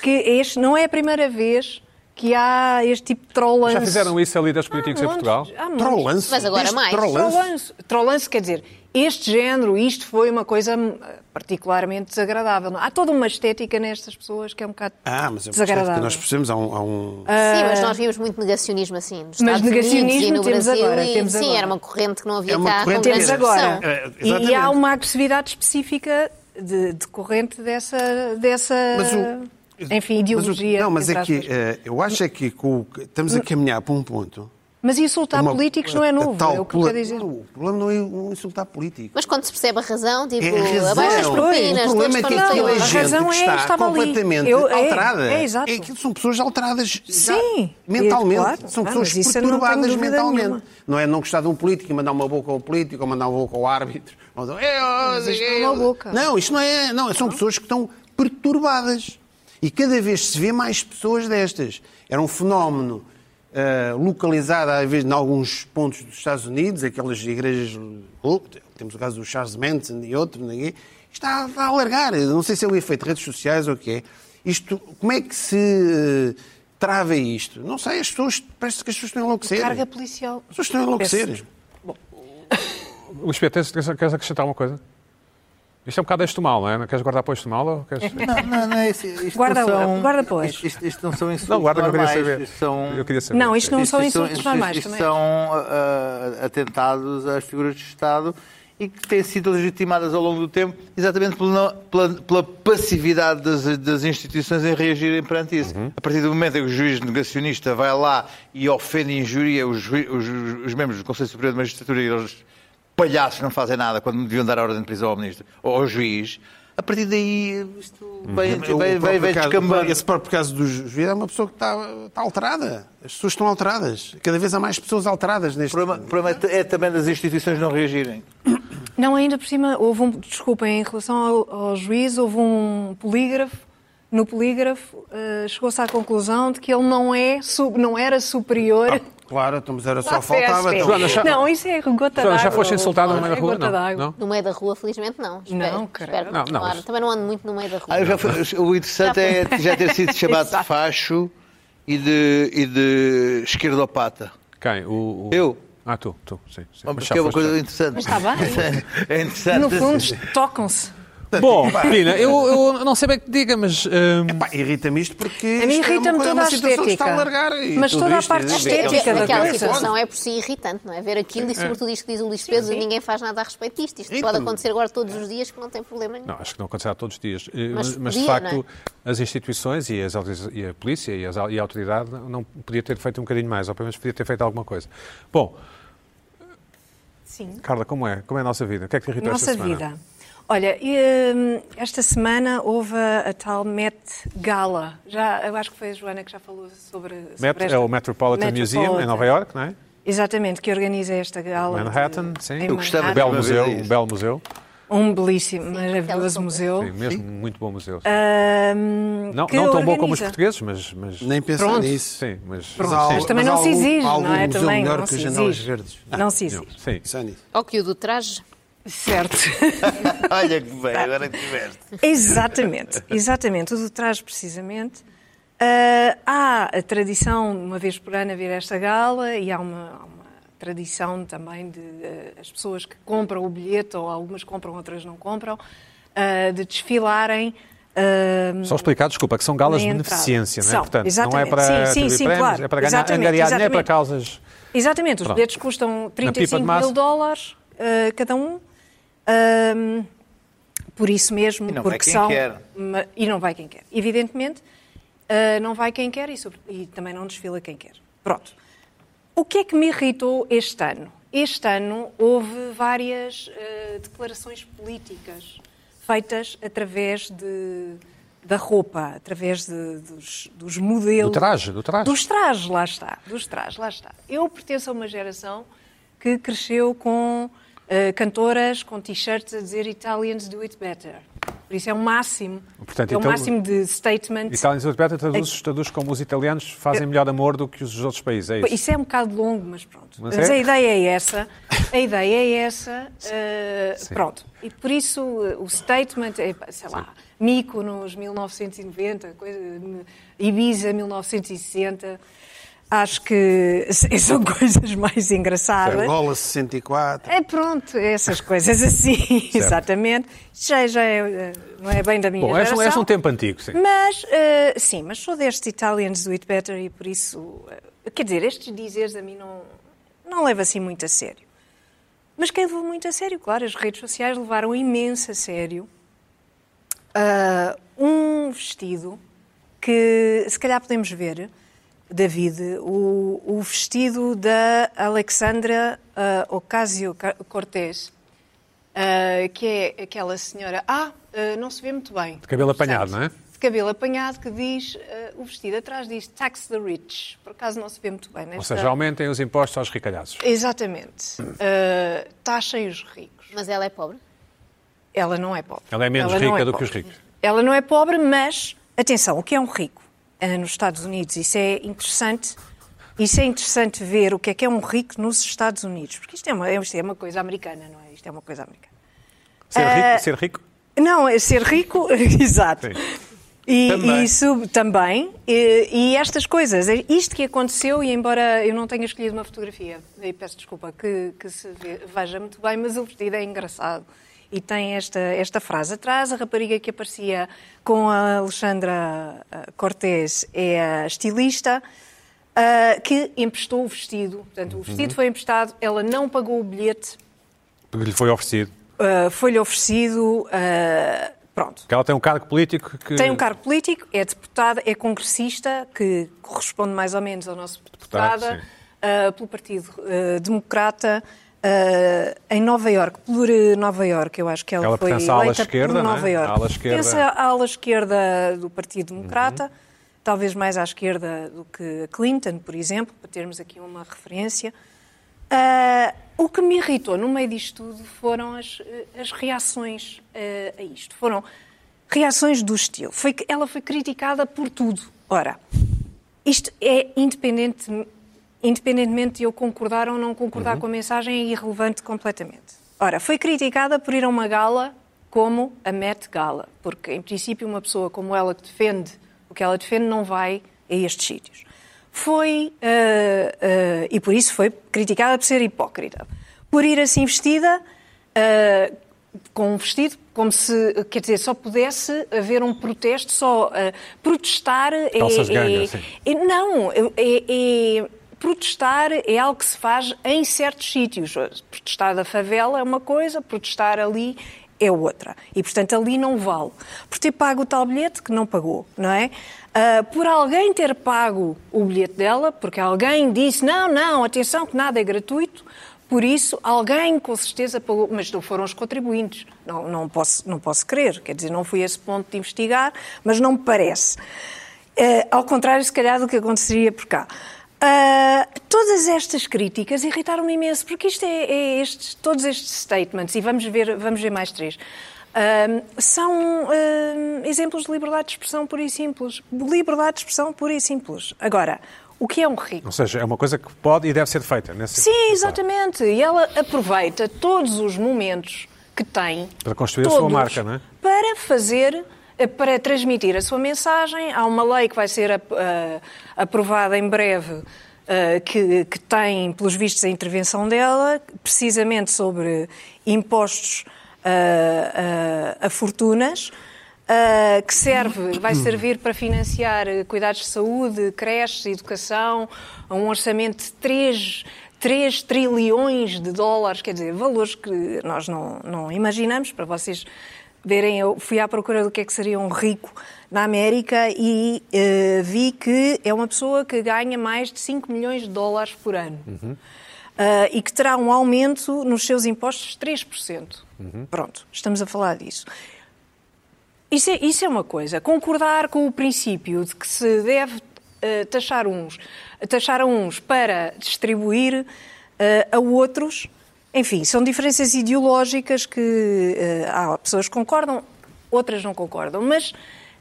Speaker 3: Que este não é a primeira vez que há este tipo de trollance.
Speaker 1: Já fizeram isso ali das políticas em Portugal?
Speaker 2: Trolance.
Speaker 4: Hum. Mas agora
Speaker 2: Este
Speaker 4: mais.
Speaker 2: Trolance.
Speaker 3: Trollance. Trollance quer dizer, este género, isto foi uma coisa hum, particularmente desagradável. não? Há toda uma estética nestas pessoas que é um bocado
Speaker 2: Ah, mas eu percebo que
Speaker 3: desagradável.
Speaker 2: nós percebemos, há um... Há um...
Speaker 4: Sim, mas nós vimos muito negacionismo assim. Nos
Speaker 3: Eh, Mas
Speaker 4: Estados Unidos
Speaker 3: negacionismo
Speaker 4: e no
Speaker 3: temos
Speaker 4: Brasil.
Speaker 3: agora,
Speaker 4: e,
Speaker 3: temos
Speaker 4: sim,
Speaker 3: agora.
Speaker 4: era uma corrente que não havia
Speaker 2: É uma
Speaker 4: cá. com
Speaker 2: corrente
Speaker 4: grande
Speaker 3: Temos agora.
Speaker 4: expressão.
Speaker 2: É, exatamente.
Speaker 3: e há uma agressividade específica de, decorrente dessa, dessa
Speaker 2: Mas o-
Speaker 3: Ah,
Speaker 2: Mas
Speaker 3: enfim,
Speaker 2: o-
Speaker 3: ideologia.
Speaker 2: não, mas é
Speaker 3: entre
Speaker 2: que
Speaker 3: aspas.
Speaker 2: eh, eu acho é que com o que- estamos a caminhar para um ponto
Speaker 3: Mas insultar
Speaker 2: Uma-
Speaker 3: políticos não é
Speaker 2: a
Speaker 3: novo,
Speaker 2: tal
Speaker 3: é o que me quer
Speaker 2: pola-
Speaker 3: dizer.
Speaker 2: Não, O problema não é o insultar político.
Speaker 4: Mas quando se percebe a razão, tipo,
Speaker 2: É a razão.
Speaker 4: abaixa as propinas,
Speaker 2: o problema é
Speaker 4: todos
Speaker 2: que
Speaker 4: para
Speaker 2: aquilo
Speaker 4: o
Speaker 2: é
Speaker 4: senhor.
Speaker 2: gente
Speaker 3: razão
Speaker 2: que
Speaker 3: é,
Speaker 2: está
Speaker 3: estava ali.
Speaker 2: completamente
Speaker 3: Eu- é,
Speaker 2: alterada.
Speaker 3: é, exato.
Speaker 2: aquilo são pessoas alteradas já
Speaker 3: Sim,
Speaker 2: mentalmente.
Speaker 3: é, claro.
Speaker 2: São
Speaker 3: Ah,
Speaker 2: pessoas
Speaker 3: mas isso eu não tenho
Speaker 2: perturbadas
Speaker 3: dúvida
Speaker 2: mentalmente.
Speaker 3: nenhuma.
Speaker 2: Não é não gostar de um político e mandar uma boca ao político ou mandar uma boca ao árbitro. Ou dizer, "Eh, oh,
Speaker 3: Mas isto
Speaker 2: eh,
Speaker 3: é uma
Speaker 2: eh".
Speaker 3: boca.
Speaker 2: Não, isto não é. Não, são pessoas que estão perturbadas. E cada vez se vê mais pessoas destas. Era um fenómeno ah, localizado, às vezes, em alguns pontos dos Estados Unidos, aquelas igrejas. lo- Temos o caso do Charles Manson e outro. não é? Isto Está a alargar. Eu Não sei se é o efeito de redes sociais ou o que é. Isto, como é que se eh, trava isto? Não sei, as pessoas. Parece que as pessoas estão a enlouquecer.
Speaker 3: Carga policial.
Speaker 2: As pessoas estão a enlouquecer.
Speaker 1: Luís Pedro, tens- queres, queres acrescentar uma coisa? Isto é um bocado este mal, não é? Não queres guardar para este mal? Ou queres...
Speaker 5: Não, não, não é isso. Isto
Speaker 3: Guarda
Speaker 5: não são,
Speaker 3: lá, guarda pois.
Speaker 5: Isto, isto- isto não são insultos
Speaker 1: Não, guarda que eu queria
Speaker 5: normais,
Speaker 1: saber.
Speaker 5: isto São,
Speaker 1: Eu queria saber.
Speaker 3: Não, é isto não são
Speaker 5: isto
Speaker 3: insultos
Speaker 5: isto-
Speaker 3: normais
Speaker 5: isto
Speaker 3: também.
Speaker 5: são ah, ah, atentados às figuras de Estado e que têm sido legitimadas ao longo do tempo exatamente pela, não- pela- pela passividade das, das instituições em reagirem perante isso.
Speaker 2: Uhum.
Speaker 5: A partir do momento em que o juiz negacionista vai lá e ofende e injuria os, ju- os- os- os membros do Conselho Superior de Magistratura e eles palhaços não fazem nada quando deviam dar a ordem de prisão ao ministro ou ao juiz, a partir daí isto vai,
Speaker 2: Uhum. O
Speaker 5: vai, vai,
Speaker 2: próprio
Speaker 5: vai
Speaker 2: caso-
Speaker 5: descambando.
Speaker 2: Esse próprio caso do juiz é uma pessoa que está, está alterada. As pessoas estão alteradas. Cada vez há mais pessoas alteradas
Speaker 5: O
Speaker 2: neste
Speaker 5: problema, o problema é, é também das instituições não reagirem.
Speaker 3: Não, ainda por cima, houve um. Desculpa, em relação ao, ao juiz, houve um polígrafo. No polígrafo, eh, chegou-se à conclusão de que ele não, é, su- não era superior.
Speaker 2: Claro, então, mas era só
Speaker 3: à
Speaker 2: faltava.
Speaker 3: PSP.
Speaker 2: então.
Speaker 1: Ah, Joana, já-
Speaker 3: Não, isso é gota
Speaker 1: Joana,
Speaker 3: d'água.
Speaker 1: já foste insultada no meio da
Speaker 3: É
Speaker 1: rua?
Speaker 3: gota
Speaker 1: Não,
Speaker 3: d'água.
Speaker 1: não?
Speaker 4: No meio da rua, felizmente não. Espero,
Speaker 3: Não, credo.
Speaker 4: espero
Speaker 1: Não, não,
Speaker 4: continuar.
Speaker 1: mas-
Speaker 4: Também não ando muito no meio da rua.
Speaker 5: Ah, eu já fui- o interessante é já ter sido chamado de facho e de, e de esquerdopata.
Speaker 1: Quem? O, o-
Speaker 5: Eu?
Speaker 1: Ah, tu, tu, sim. sim. Mas já
Speaker 5: Porque é uma
Speaker 1: foste-
Speaker 5: coisa interessante. Mas
Speaker 4: está bem.
Speaker 5: É interessante.
Speaker 3: tá No fundo, tocam-se.
Speaker 1: Bom, Pina, eu, eu não sei bem o que te diga, mas. hum,
Speaker 2: Pá, Irrita-me isto porque.
Speaker 3: A mim
Speaker 2: isto é
Speaker 3: irrita-me
Speaker 2: uma, coisa- é
Speaker 3: toda
Speaker 2: uma
Speaker 3: a
Speaker 2: situação que está a
Speaker 3: estética.
Speaker 2: largar. e
Speaker 3: Mas
Speaker 2: tudo
Speaker 3: toda a
Speaker 2: isto, é
Speaker 3: parte
Speaker 2: e-
Speaker 3: estética da
Speaker 4: é tipo Aquela
Speaker 3: coisa.
Speaker 4: situação é por si irritante, não é? Ver aquilo e, sobretudo, isto que diz o Luís Pedro e ninguém faz nada a respeito disto. Isto pode acontecer agora todos os dias que não tem problema nenhum.
Speaker 1: Não, acho que não acontecerá todos os dias. Eh, Mas,
Speaker 4: Mas
Speaker 1: mas, de
Speaker 4: podia, é?
Speaker 1: facto, as instituições e, as autoriza- e a polícia e, as au- e a autoridade não não podia ter feito um bocadinho mais, ou pelo menos podia ter feito alguma coisa. Bom,
Speaker 3: Sim.
Speaker 1: Carla, como é? Como é a nossa vida? O que é que te irritou
Speaker 3: Nossa
Speaker 1: esta semana?
Speaker 3: vida. Olha, hum, esta semana houve a, a tal Met Gala. Já, eu acho que foi a Joana que já falou sobre, sobre
Speaker 1: Met-
Speaker 3: esta-
Speaker 1: é o Metropolitan, Museum em Nova Iorque, não é?
Speaker 3: Exatamente, que organiza esta gala. de-
Speaker 1: Manhattan, sim.
Speaker 3: em
Speaker 1: Eu
Speaker 5: gostava
Speaker 1: Um
Speaker 3: Manhattan.
Speaker 5: de-
Speaker 1: belo
Speaker 5: uma
Speaker 1: museu,
Speaker 5: vez
Speaker 1: um belo museu.
Speaker 3: Um belíssimo,
Speaker 4: aquela
Speaker 3: maravilhoso
Speaker 4: sombra.
Speaker 3: museu.
Speaker 1: Sim, mesmo muito bom museu. sim.
Speaker 3: Hum,
Speaker 1: não,
Speaker 3: Ah, que
Speaker 1: não tão bom como os
Speaker 3: organiza.
Speaker 1: portugueses, mas... mas...
Speaker 2: Nem pensar
Speaker 1: Pronto.
Speaker 2: nisso.
Speaker 1: Sim, mas...
Speaker 2: Mas
Speaker 1: sim.
Speaker 2: há-
Speaker 3: Mas também
Speaker 2: mas
Speaker 3: não
Speaker 2: há
Speaker 3: se
Speaker 2: algum-
Speaker 3: exige,
Speaker 2: há algum
Speaker 3: não é?
Speaker 2: museu
Speaker 3: Também
Speaker 2: melhor
Speaker 3: não
Speaker 2: que
Speaker 3: se
Speaker 2: as janelas
Speaker 3: exige.
Speaker 2: verdes.
Speaker 3: Não se
Speaker 1: Não,
Speaker 3: exige.
Speaker 1: sim.
Speaker 2: Pensar nisso.
Speaker 4: Ou que o do traje.
Speaker 3: Certo.
Speaker 5: Olha que bem, agora tiveste.
Speaker 3: Exatamente, exatamente. O do trás, precisamente. Ah, há a tradição, uma vez por ano, haver esta gala e há uma, há uma tradição também de ah, as pessoas que compram o bilhete, ou algumas compram, outras não compram, ah, de desfilarem. ah,
Speaker 1: Só explicar, desculpa, que são galas
Speaker 3: Na
Speaker 1: de
Speaker 3: entrada.
Speaker 1: beneficência, não é?
Speaker 3: São,
Speaker 1: Portanto, não é
Speaker 3: exatamente.
Speaker 1: para
Speaker 3: Sim, sim,
Speaker 1: atribuir
Speaker 3: sim,
Speaker 1: prémios,
Speaker 3: claro.
Speaker 1: é para ganhar,
Speaker 3: Exatamente,
Speaker 1: angariar dinheiro para
Speaker 3: exatamente.
Speaker 1: causas...
Speaker 3: Exatamente, os
Speaker 1: Pronto.
Speaker 3: bilhetes custam
Speaker 1: Na pipa
Speaker 3: 35
Speaker 1: de massa.
Speaker 3: mil dólares ah, cada um. Ahm, por isso mesmo,
Speaker 5: E não vai
Speaker 3: porque
Speaker 5: quem
Speaker 3: são.
Speaker 5: quer.
Speaker 3: ma- E não vai quem quer. Evidentemente, ah, não vai quem quer e, sobre- e também não desfila quem quer. Pronto. O que é que me irritou este ano? Este ano houve várias ah, declarações políticas feitas através de, da roupa, através de- dos, dos modelos.
Speaker 1: traje, do traje.
Speaker 3: Dos trajes, lá está. Dos trajes, lá está. Eu pertenço a uma geração que cresceu com ah, cantoras com t-shirts a dizer Italians do it better. Por isso é o máximo.
Speaker 1: Portanto,
Speaker 3: é o
Speaker 1: então-
Speaker 3: máximo de statement.
Speaker 1: Italianos do Better traduz, traduz como os italianos fazem melhor amor do que os outros países, é isso?
Speaker 3: Isso é um bocado longo, mas pronto.
Speaker 1: Mas
Speaker 3: Mas,
Speaker 1: é?
Speaker 3: a ideia é essa. A ideia é essa. eh,
Speaker 1: Sim.
Speaker 3: pronto. E por isso eh, o statement é, pá, sei lá, Mykonos 1990, coisa, eh, Ibiza 1960. Acho que s- são coisas mais engraçadas.
Speaker 2: Angola 64.
Speaker 3: É pronto, essas coisas assim, exatamente. Já, já é, eh, não é bem da minha
Speaker 1: Bom, és,
Speaker 3: geração.
Speaker 1: um- és um tempo antigo, sim.
Speaker 3: Mas, eh, sim, mas sou destes Italians do It Better e por isso. eh, quer dizer, estes dizeres a mim não, não levo assim muito a sério. Mas quem levou muito a sério, claro, as redes sociais levaram imenso a sério eh, ah, um vestido que se calhar podemos ver. David, o, o vestido da Alexandra eh, Ocasio-Cortez, que é aquela senhora. Ah, ah, não se vê muito bem.
Speaker 1: De cabelo apanhado, não é?
Speaker 3: De cabelo apanhado que diz, ah, o vestido atrás diz tax the rich. Por acaso não se vê muito bem.
Speaker 1: Ou
Speaker 3: nesta-
Speaker 1: seja, aumentem os impostos aos ricalhaços.
Speaker 3: Exatamente. Ah, taxem os ricos.
Speaker 4: Mas ela é pobre?
Speaker 3: Ela não é pobre.
Speaker 1: Ela é menos
Speaker 3: não
Speaker 1: rica do que
Speaker 3: pobre.
Speaker 1: os ricos.
Speaker 3: Ela não é pobre, mas, atenção, o que é um rico? Ah, Nos Estados Unidos, isso é interessante. Isso é interessante ver o que é que é um rico nos Estados Unidos. Porque isto é uma, isto é uma coisa americana, não é? Isto é uma coisa americana.
Speaker 1: Ser
Speaker 3: Ah,
Speaker 1: rico, ser rico
Speaker 3: Não, é ser rico, exato.
Speaker 1: Sim.
Speaker 3: E
Speaker 1: Também.
Speaker 3: isso também. E, e estas coisas, é isto que aconteceu, e embora eu não tenha escolhido uma fotografia, e peço desculpa que, que se ve- veja muito bem, mas o vestido é engraçado. E tem esta, esta frase atrás. A rapariga que aparecia com a Alexandra Cortês é a estilista. ah, que emprestou o vestido. Portanto, o vestido
Speaker 1: Uhum.
Speaker 3: foi emprestado, ela não pagou o bilhete,
Speaker 1: porque lhe foi oferecido.
Speaker 3: ah, foi-lhe oferecido. ah, pronto.
Speaker 1: Porque ela tem um cargo político que.
Speaker 3: Tem um cargo político, é deputada, é congressista, que corresponde mais ou menos ao nosso
Speaker 1: Deputado,
Speaker 3: deputada,
Speaker 1: sim.
Speaker 3: ah, pelo Partido ah, Democrata, ah, em Nova Iorque, por eh, Nova Iorque, eu acho que ela,
Speaker 1: Ela
Speaker 3: foi
Speaker 1: pertence à ala
Speaker 3: eleita
Speaker 1: esquerda,
Speaker 3: por
Speaker 1: não é?
Speaker 3: Nova Iorque.
Speaker 1: À ala esquerda. Uhum.
Speaker 3: Pertence à ala esquerda do Partido Democrata, talvez mais à esquerda do que a Clinton, por exemplo, para termos aqui uma referência. Ah, o que me irritou no meio disto tudo foram as, eh, as reações eh, a isto. Foram reações do estilo. Foi, que ela foi criticada por tudo. Ora, isto é independente, independentemente de eu concordar ou não concordar
Speaker 1: Uhum.
Speaker 3: com a mensagem, é irrelevante completamente. Ora, foi criticada por ir a uma gala como a Met Gala, porque, em princípio, uma pessoa como ela que defende o que ela defende não vai a estes sítios. Foi, ah, ah, e por isso foi criticada por ser hipócrita. Por ir assim vestida, ah, com um vestido, como se, quer dizer, só pudesse haver um protesto, só ah, protestar é-
Speaker 1: Calças de ganga,
Speaker 3: é-
Speaker 1: sim.
Speaker 3: é- não, é, é- é- protestar é algo que se faz em certos sítios. Protestar da favela é uma coisa, protestar ali é outra. E, portanto, ali não vale. Por ter pago o tal bilhete que não pagou, não é? Ah, por alguém ter pago o bilhete dela, porque alguém disse, não, não, atenção que nada é gratuito, por isso, alguém com certeza pagou, mas não foram os contribuintes. Não, não, posso, não posso crer, quer dizer, não fui a esse ponto de investigar, mas não me parece. Eh, ao contrário, se calhar, do que aconteceria por cá. Ah, todas estas críticas irritaram-me imenso, porque isto é, é estes, todos estes statements, e vamos ver, vamos ver mais três, ah, são ah, exemplos de liberdade de expressão pura e simples. Liberdade de expressão pura e simples. Agora, o que é um rico?
Speaker 1: Ou seja, é uma coisa que pode e deve ser feita. Nesse
Speaker 3: Sim, exatamente. E ela aproveita todos os momentos que tem
Speaker 1: Para construir a sua
Speaker 3: Todos.
Speaker 1: marca, não é?
Speaker 3: para fazer, eh, para transmitir a sua mensagem. Há uma lei que vai ser ap- eh, aprovada em breve, eh, que, que tem, pelos vistos, a intervenção dela, precisamente sobre impostos eh, eh, a fortunas. eh, que serve, vai servir para financiar eh, cuidados de saúde, creches, educação, um orçamento de 3, 3 trilhões de dólares, quer dizer, valores que nós não, não imaginamos, para vocês verem, eu fui à procura do que é que seria um rico na América e eh, vi que é uma pessoa que ganha mais de 5 milhões de dólares por ano. Ah, e que terá um aumento nos seus impostos de 3%.
Speaker 1: Uhum.
Speaker 3: Pronto, estamos a falar disso. Isso é, isso é uma coisa. Concordar com o princípio de que se deve eh, taxar, uns, taxar a uns para distribuir eh, a outros, enfim, são diferenças ideológicas que eh, há pessoas que concordam, outras não concordam, mas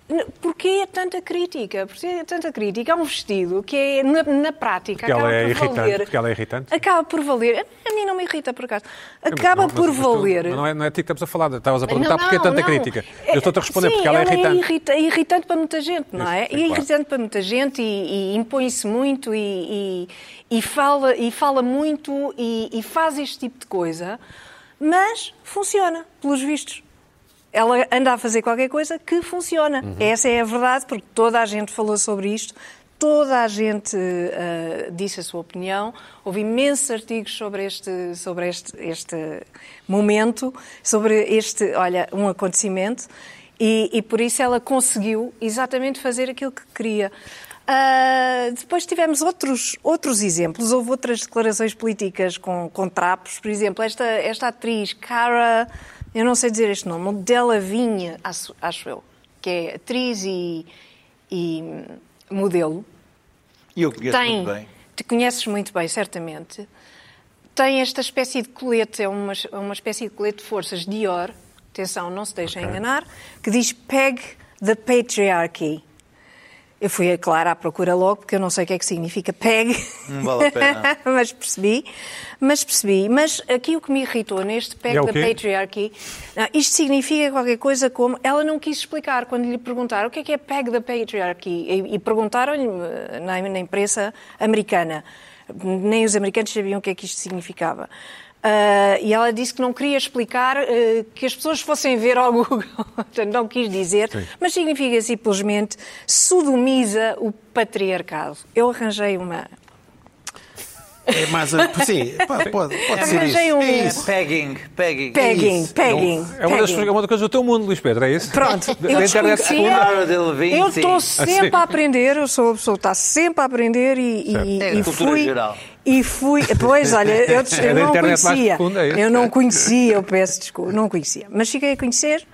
Speaker 3: n- porquê é tanta crítica? Porquê tanta crítica? Há um vestido que é, na, na prática,
Speaker 1: Porque ela
Speaker 3: acaba
Speaker 1: é
Speaker 3: por
Speaker 1: irritante.
Speaker 3: valer
Speaker 1: Porque ela é irritante.
Speaker 3: Acaba por valer. A mim não me irrita, por acaso.
Speaker 1: Não,
Speaker 3: Acaba
Speaker 1: mas-
Speaker 3: por
Speaker 1: mas tu-
Speaker 3: valer.
Speaker 1: mas Não é, não é a ti que estamos a falar. Estavas a perguntar porque é
Speaker 3: não,
Speaker 1: tanta
Speaker 3: não.
Speaker 1: crítica.
Speaker 3: É,
Speaker 1: Eu estou-te a responder
Speaker 3: sim,
Speaker 1: porque ela é
Speaker 3: ela
Speaker 1: irritante.
Speaker 3: É irrita- irritante para muita gente, não é?
Speaker 1: Isso,
Speaker 3: E
Speaker 1: sim,
Speaker 3: é
Speaker 1: claro.
Speaker 3: irritante para muita gente e, e impõe-se muito e, e- e fala, e fala muito e, e faz este tipo de coisa, mas funciona, pelos vistos. Ela anda a fazer qualquer coisa que funciona. Essa é a verdade, porque toda a gente falou sobre isto, toda a gente ah, disse a sua opinião. Houve imensos artigos sobre este, sobre este, este momento, sobre este, olha, um acontecimento. E, e por isso ela conseguiu exatamente fazer aquilo que queria. Ah, depois tivemos outros, outros exemplos, houve outras declarações políticas com, com trapos, por exemplo, esta, esta atriz, Cara, eu não sei dizer este nome, Della Vinha, acho, acho eu, que é atriz e, e modelo,
Speaker 5: E eu conheço
Speaker 3: tem,
Speaker 5: muito bem.
Speaker 3: te conheces muito bem, certamente, tem esta espécie de colete, é uma, é uma espécie de colete de forças Dior, atenção, não se deixem
Speaker 11: Ok.
Speaker 3: enganar, que diz Peg the Patriarchy. Eu fui, é claro, à procura logo, porque eu não sei o que é que significa PEG.
Speaker 11: Não vale a pena.
Speaker 3: mas percebi, mas percebi. Mas aqui o que me irritou neste PEG
Speaker 11: É o
Speaker 3: da
Speaker 11: quê?
Speaker 3: Patriarchy, não, isto significa qualquer coisa como... Ela não quis explicar quando lhe perguntaram o que é que é PEG da Patriarchy. E, e perguntaram-lhe eh, na, na imprensa americana. Nem os americanos sabiam o que é que isto significava. Ah, e ela disse que não queria explicar eh, que as pessoas fossem ver ao Google. Portanto, não quis dizer,
Speaker 11: Sim.
Speaker 3: mas significa simplesmente sodomiza o patriarcado. Eu arranjei uma.
Speaker 2: É mais. a- Sim, pá, pode, pode ser isso.
Speaker 3: Arranjei um-
Speaker 2: É isso.
Speaker 5: Pegging, pegging.
Speaker 3: Pegging, pegging.
Speaker 1: É uma, das,
Speaker 3: pegging.
Speaker 1: é uma das coisas do teu mundo, Luís Pedro, é isso?
Speaker 3: Pronto,
Speaker 1: Da-
Speaker 3: eu
Speaker 1: da internet
Speaker 3: desconhecia.
Speaker 1: secundária.
Speaker 3: Eu estou
Speaker 1: Ah,
Speaker 3: sempre a
Speaker 1: sim.
Speaker 3: aprender, eu sou uma pessoa que está sempre a aprender e, e,
Speaker 5: É
Speaker 3: e
Speaker 5: cultura
Speaker 3: fui.
Speaker 5: geral.
Speaker 3: E fui. Pois, olha, eu, des-
Speaker 11: É da
Speaker 3: eu não
Speaker 11: internet mais
Speaker 3: conhecia.
Speaker 11: profunda, é isso?
Speaker 3: eu não conhecia, eu peço desculpa, não conhecia. Mas fiquei a conhecer.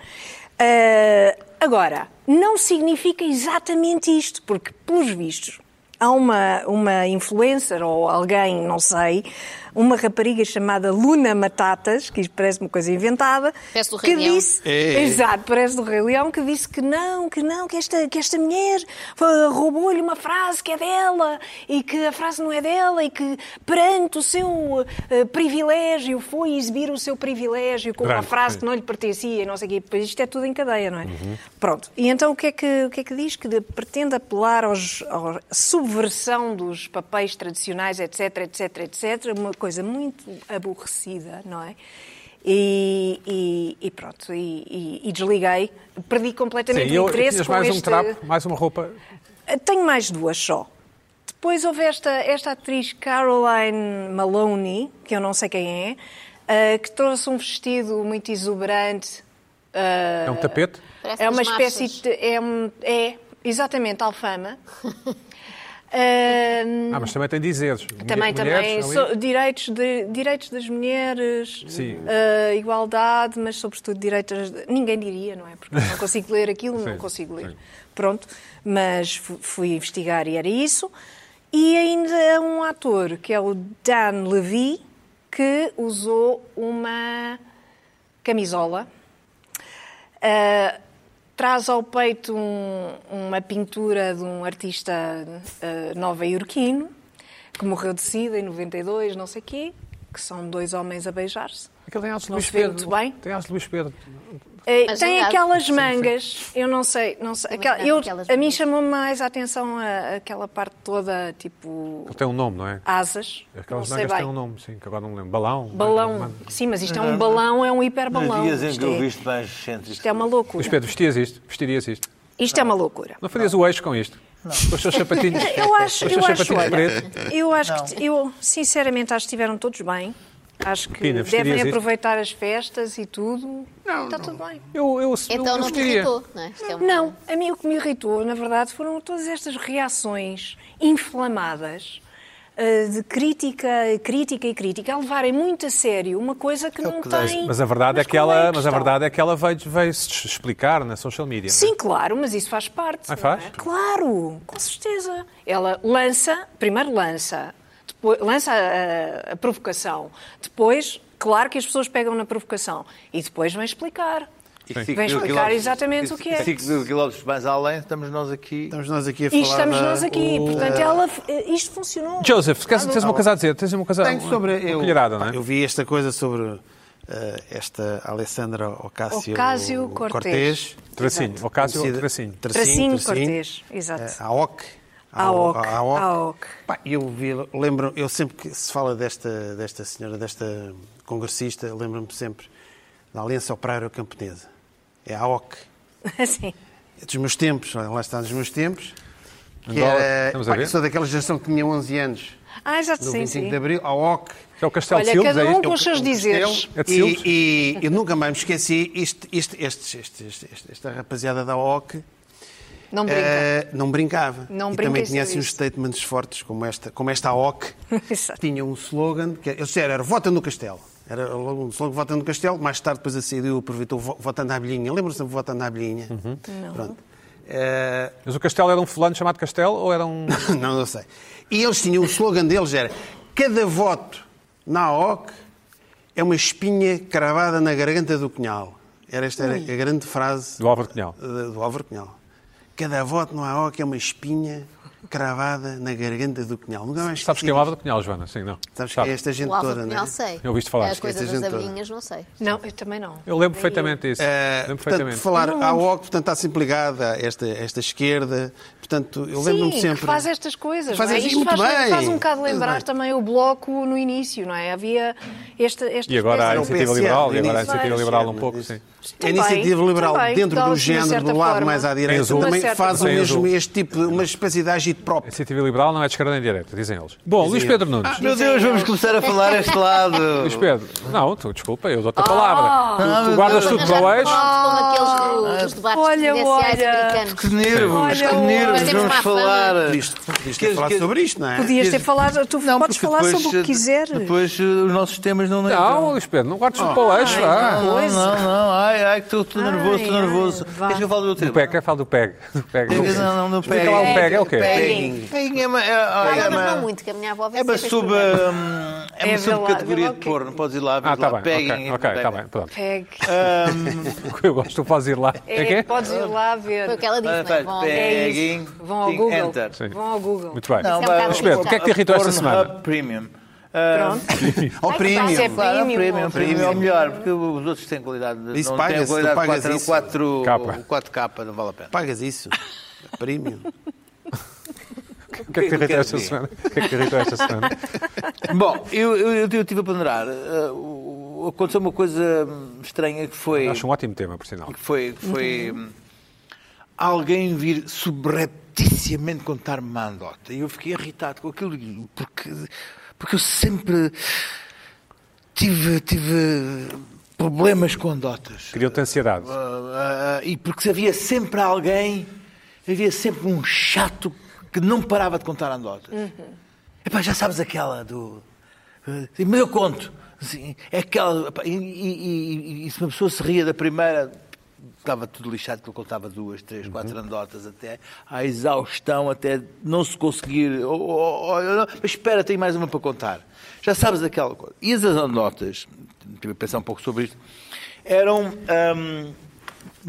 Speaker 3: Ah, agora, não significa exatamente isto, porque, pelos vistos, há uma, uma influencer ou alguém, não sei, uma rapariga chamada Luna Matatas, que isto parece uma coisa inventada,
Speaker 4: Parece do Rei
Speaker 3: que
Speaker 4: Leão.
Speaker 3: disse.
Speaker 4: É.
Speaker 3: Exato, parece do Rei Leão, que disse que não, que não, que esta, que esta mulher ah, roubou-lhe uma frase que é dela e que a frase não é dela e que perante o seu ah, privilégio foi exibir o seu privilégio com uma
Speaker 11: Grande,
Speaker 3: frase
Speaker 11: sim.
Speaker 3: que não lhe pertencia, e não sei o quê. Pois isto é tudo em cadeia, não é?
Speaker 1: Uhum.
Speaker 3: Pronto. E então o que é que, o que, é que diz? Que de- pretende apelar aos, à subversão dos papéis tradicionais, etc, etc, etc. Uma coisa muito aborrecida, não é? E, e- e pronto, e, e- e desliguei. Perdi completamente
Speaker 1: Sim, eu,
Speaker 3: o interesse
Speaker 1: tinhas
Speaker 3: com
Speaker 1: mais
Speaker 3: este... Ah,
Speaker 1: um trapo, mais uma roupa.
Speaker 3: Tenho mais duas só. Depois houve esta, esta atriz Caroline Maloney, que eu não sei quem é, ah, que trouxe um vestido muito exuberante. ah,
Speaker 1: É um tapete?
Speaker 4: Parece
Speaker 3: É uma
Speaker 4: das
Speaker 3: espécie
Speaker 4: massas.
Speaker 3: de. É, um- é, exatamente, alfama. Ah,
Speaker 1: Ah, mas também tem dizeres.
Speaker 3: também, também.
Speaker 1: Mulheres, ali.
Speaker 3: so- direitos, de- direitos das mulheres,
Speaker 1: Sim.
Speaker 3: ah, igualdade, mas sobretudo direitos. de- Ninguém diria, não é? Porque eu não consigo ler aquilo,
Speaker 11: Sim,
Speaker 3: não consigo ler.
Speaker 11: sim.
Speaker 3: Pronto, mas fu- fui investigar e era isso. E ainda há um ator, que é o Dan Levy, que usou uma camisola. Ah, traz ao peito um- uma pintura de um artista ah, nova-iorquino que morreu de sida em 92, não sei quê, que são dois homens a beijar-se.
Speaker 1: Aquilo tem
Speaker 3: não
Speaker 1: Luís
Speaker 3: se vê
Speaker 1: Pedro.
Speaker 3: muito bem.
Speaker 1: Tem as de Luís Pedro.
Speaker 3: Eh,
Speaker 1: Mas
Speaker 3: tem
Speaker 1: ligado.
Speaker 3: aquelas
Speaker 1: Sim, sim.
Speaker 3: mangas, eu não sei, não sei. aquela-
Speaker 4: ligado
Speaker 3: eu,
Speaker 4: aquelas
Speaker 3: a mim chamou mais a atenção a- aquela parte toda, tipo,
Speaker 1: Ele tem um nome, não é?
Speaker 3: asas.
Speaker 1: Aquelas
Speaker 3: não sei
Speaker 1: mangas
Speaker 3: bem.
Speaker 1: têm um nome, sim, que agora não me lembro. Balão?
Speaker 3: Balão. Sim, mas isto é um
Speaker 1: Não.
Speaker 3: balão, é um hiperbalão.
Speaker 5: dias em que
Speaker 3: Isto
Speaker 5: eu
Speaker 3: é,
Speaker 5: visto mais excêntricos.
Speaker 3: isto é uma loucura.
Speaker 1: Luís Pedro, vestias isto? Vestirias isto?
Speaker 3: Isto é uma loucura.
Speaker 1: Não farias o eixo com isto? Não. Com os seus sapatinhos?
Speaker 3: Eu acho,
Speaker 1: com os seus
Speaker 3: eu acho,
Speaker 1: sapatinhos
Speaker 3: olha,
Speaker 1: pretos?
Speaker 3: eu acho que eu sinceramente acho que estiveram todos bem. Acho que
Speaker 1: Pina, vestirias
Speaker 3: devem
Speaker 1: isto?
Speaker 3: aproveitar as festas e tudo. Não, está tudo bem.
Speaker 1: Eu, eu,
Speaker 4: Então não te irritou, não é? Isto é uma-
Speaker 3: Não, a mim o que me irritou, na verdade, foram todas estas reações inflamadas eh, de crítica, crítica e crítica, a levarem muito a sério uma coisa que não tem.
Speaker 1: Mas a verdade é que
Speaker 3: qual é a
Speaker 1: ela, mas a
Speaker 3: questão?
Speaker 1: verdade é que ela veio, veio se explicar na social media. não é?
Speaker 3: Sim, claro, mas isso faz parte.
Speaker 1: Ah,
Speaker 3: não
Speaker 1: faz?
Speaker 3: é? Claro, com certeza. Ela lança, primeiro lança, depois lança a, a provocação, depois, claro que as pessoas pegam na provocação e depois vem explicar. Vem explicar exatamente o que é.
Speaker 5: 5 quilómetros mais além, estamos nós aqui.
Speaker 2: Estamos nós aqui a
Speaker 3: E estamos nós aqui,
Speaker 2: É.
Speaker 3: portanto, ela, isto funcionou.
Speaker 1: Joseph, queres- tens uma coisa a dizer? Tens uma coisa
Speaker 2: Tenho
Speaker 1: uma-
Speaker 2: sobre
Speaker 1: uma
Speaker 2: eu,
Speaker 1: colherada, não é?
Speaker 2: pá, eu vi esta coisa sobre eh, esta Alessandra Ocasio,
Speaker 3: Ocasio Cortez.
Speaker 1: Tracinho,
Speaker 2: Exato.
Speaker 1: Ocasio
Speaker 2: Conhecida-
Speaker 1: Tracinho.
Speaker 3: Tracinho
Speaker 2: Tracinho.
Speaker 3: Cortês, exato.
Speaker 2: Eh, A OC.
Speaker 3: AOC,
Speaker 2: A OC. Pá, eu vi, lembro, eu sempre que se fala desta, desta senhora, desta congressista, lembro-me sempre da Aliança Operária Camponesa. É a AOC.
Speaker 3: Assim.
Speaker 2: É dos meus tempos, olha, lá está dos meus tempos. Que
Speaker 1: Angola,
Speaker 2: era,
Speaker 1: estamos a
Speaker 2: pá,
Speaker 1: ver?
Speaker 2: sou daquela geração que tinha 11 anos.
Speaker 3: Ah, exato,
Speaker 2: No
Speaker 3: sim,
Speaker 2: 25
Speaker 3: sim.
Speaker 2: de Abril, a OC.
Speaker 1: É o Castelo
Speaker 3: Olha,
Speaker 1: de Silves,
Speaker 3: cada
Speaker 1: é
Speaker 3: um
Speaker 1: este?
Speaker 3: com
Speaker 1: É o-
Speaker 3: os seus
Speaker 1: é o
Speaker 3: dizeres.
Speaker 1: Castelo? É de Silves?
Speaker 2: E, e eu nunca mais me esqueci, isto, isto, estes- estes- estes- esta rapaziada da OC
Speaker 3: Não brinca.
Speaker 2: eh, não brincava.
Speaker 3: Não
Speaker 2: e
Speaker 3: brinca
Speaker 2: também
Speaker 3: isso
Speaker 2: tinha assim
Speaker 3: é
Speaker 2: uns
Speaker 3: isso.
Speaker 2: statements fortes, como esta, como esta OC, tinha um slogan, que eu sei, era Vota no Castelo. Era logo um slogan, Vota no Castelo. Mais tarde, depois a CDU aproveitou "Vo- Vota na Abelhinha. Lembram-se de Vota na Abelhinha?
Speaker 3: Uhum.
Speaker 2: Pronto. Eh,
Speaker 1: Mas o Castelo era um fulano chamado Castelo ou era um...
Speaker 2: não, não sei. E eles tinham, o slogan deles era cada voto na OC é uma espinha cravada na garganta do Cunhal. Era esta era a grande frase
Speaker 1: Do Álvaro Cunhal.
Speaker 2: de- do Álvaro Cunhal. Cada voto na AOC é uma espinha cravada na garganta do Cunhal. Nunca mais
Speaker 1: Sabes quem é o Álvaro Cunhal, Joana? Sim, não.
Speaker 2: Sabes
Speaker 1: Sabe.
Speaker 2: que é esta gente
Speaker 4: o Álvaro
Speaker 2: toda,
Speaker 4: Cunhal
Speaker 2: né?
Speaker 4: sei.
Speaker 1: Eu ouvi-te falar.
Speaker 4: A coisa
Speaker 2: Esta
Speaker 4: das
Speaker 2: gente toda.
Speaker 4: abelhinhas não sei.
Speaker 3: Não, eu também não.
Speaker 1: Eu lembro perfeitamente disso.
Speaker 2: Eh,
Speaker 1: lembro
Speaker 2: portanto,
Speaker 1: perfeitamente.
Speaker 2: de falar a AOC, portanto, está sempre ligada a esta, esta esquerda. Portanto, eu lembro-me
Speaker 3: Sim,
Speaker 2: sempre.
Speaker 3: que faz estas coisas.
Speaker 2: Faz
Speaker 3: não é?
Speaker 2: estas-
Speaker 3: Isto
Speaker 2: muito
Speaker 3: faz,
Speaker 2: bem.
Speaker 3: faz um bocado
Speaker 2: Muito
Speaker 3: lembrar
Speaker 2: bem.
Speaker 3: também o bloco no início, não é? Havia esta. esta
Speaker 1: E agora há a
Speaker 2: Era o
Speaker 1: iniciativa
Speaker 2: PSL,
Speaker 1: liberal, e
Speaker 2: no
Speaker 1: agora há a
Speaker 2: início.
Speaker 1: iniciativa
Speaker 2: Mas,
Speaker 1: liberal um
Speaker 2: mas
Speaker 1: pouco,
Speaker 2: isso-
Speaker 1: sim.
Speaker 2: A
Speaker 3: Também,
Speaker 2: iniciativa liberal,
Speaker 3: também,
Speaker 2: dentro do
Speaker 3: dá-os de uma
Speaker 2: género,
Speaker 3: certa
Speaker 2: do lado
Speaker 3: forma.
Speaker 2: mais à
Speaker 1: Em
Speaker 2: direita,
Speaker 1: azul.
Speaker 2: também
Speaker 3: Uma certa
Speaker 2: faz o
Speaker 1: forma. Em
Speaker 2: mesmo,
Speaker 1: azul.
Speaker 2: este tipo, de- uma espécie de agite
Speaker 1: A
Speaker 2: próprio.
Speaker 1: iniciativa liberal não é de esquerda nem de direita, dizem eles. Bom, Luís Pedro Nunes.
Speaker 5: Meu Deus, vamos começar a falar a este lado.
Speaker 1: Luís Pedro, não, tu, desculpa, eu dou-te a palavra. Tu- tu,
Speaker 5: meu
Speaker 1: guardas
Speaker 5: Deus.
Speaker 1: tudo para o eixo.
Speaker 4: Como aqueles do- dos debates
Speaker 3: Oh. Olha,
Speaker 4: presidenciais
Speaker 3: olha.
Speaker 4: americanos.
Speaker 5: Que nervos,
Speaker 3: Olha,
Speaker 5: que
Speaker 4: olha.
Speaker 5: nervos,
Speaker 4: Temos má
Speaker 5: vamos
Speaker 4: fama.
Speaker 5: falar.
Speaker 2: Isto, podias ter
Speaker 5: Queres-
Speaker 2: falado
Speaker 5: queres-
Speaker 2: sobre isto, não é?
Speaker 3: Podias ter falado, tu podes
Speaker 5: porque
Speaker 3: falar
Speaker 5: depois,
Speaker 3: sobre o
Speaker 5: eh,
Speaker 3: que quiseres.
Speaker 5: Depois eh, os nossos temas não
Speaker 1: Não, Luís Pedro, não guardes tudo para o eixo. vá.
Speaker 5: Não,
Speaker 3: coisa.
Speaker 5: não, não. Ai, Ah, ai, que estou estou nervoso, estou
Speaker 3: ai,
Speaker 5: nervoso.
Speaker 3: vá.
Speaker 5: Queres que eu fale do teu
Speaker 1: Do
Speaker 5: tema?
Speaker 1: PEG, é fala do PEG. Do PEG.
Speaker 5: Não, não, não,
Speaker 1: Explica lá o PEG, é o quê?
Speaker 5: Pegging. Pegging é uma... É, olha, é
Speaker 4: Não,
Speaker 5: uma-
Speaker 4: não muito, que a minha avó
Speaker 5: é uma
Speaker 4: sempre
Speaker 5: sub...
Speaker 4: experimentou.
Speaker 5: hum, É uma
Speaker 3: É, vê lá, vê lá
Speaker 5: subcategoria
Speaker 3: o
Speaker 5: de
Speaker 3: quê?
Speaker 5: porno. Podes ir lá, vês
Speaker 1: Ah, tá
Speaker 5: lá.
Speaker 1: bem,
Speaker 5: Pegging.
Speaker 1: ok, ok, está bem, pronto.
Speaker 3: Pegue.
Speaker 5: Hum,
Speaker 1: O que eu gosto, tu podes ir lá. É que
Speaker 3: É,
Speaker 1: é?
Speaker 3: podes ir lá
Speaker 4: Foi o
Speaker 3: ver.
Speaker 4: que ela disse,
Speaker 5: Ah, tá,
Speaker 4: não é? Bom,
Speaker 3: É
Speaker 5: Pegging.
Speaker 3: isso. Vão ao
Speaker 5: Sim,
Speaker 3: Google.
Speaker 5: Enter.
Speaker 1: Sim.
Speaker 3: Vão ao Google.
Speaker 1: Muito bem.
Speaker 5: Não,
Speaker 4: Isso é um
Speaker 5: vai-
Speaker 4: bocado
Speaker 1: Luís Pedro, o que é que te irritou esta
Speaker 5: Pornhub
Speaker 1: semana?
Speaker 5: Premium.
Speaker 3: Pronto.
Speaker 2: Ao
Speaker 4: Ai,
Speaker 2: prémio.
Speaker 4: que
Speaker 3: Isso é
Speaker 5: Claro,
Speaker 3: premium.
Speaker 5: premium, premium é o melhor, porque os outros têm qualidade. de-
Speaker 2: Isso
Speaker 5: não
Speaker 2: paga-se,
Speaker 5: têm
Speaker 2: tu
Speaker 5: qualidade
Speaker 2: pagas
Speaker 5: 4,
Speaker 2: isso.
Speaker 5: 4,
Speaker 1: Capa.
Speaker 5: 4K, não vale a pena.
Speaker 2: Pagas isso. Prémio.
Speaker 1: O que é que te irritou esta semana? O que é que te irritou esta semana?
Speaker 5: Bom, eu, eu, eu, eu estive a ponderar. eh, o- o- aconteceu uma coisa hum, estranha que foi.
Speaker 1: Acho um ótimo tema, por sinal.
Speaker 5: que foi, que foi hum, alguém vir subrepticiamente contar-me uma anedota. E eu fiquei irritado com aquilo, porque, porque eu sempre tive, tive problemas com anedotas.
Speaker 1: Criou-te ansiedade.
Speaker 5: Ah, ah, e porque havia sempre alguém, havia sempre um chato que não parava de contar anedotas. Epá, já sabes aquela do. ah, mas eu conto. Assim, é aquela. epá, e, e- e- e se uma pessoa se ria da primeira, estava tudo lixado, que ele contava duas, três, quatro anedotas até à exaustão, até não se conseguir. Oh, oh, oh, não, mas espera, tenho mais uma para contar. Já sabes aquela coisa. E as anedotas, tive a pensar um pouco sobre isto, eram. ahm,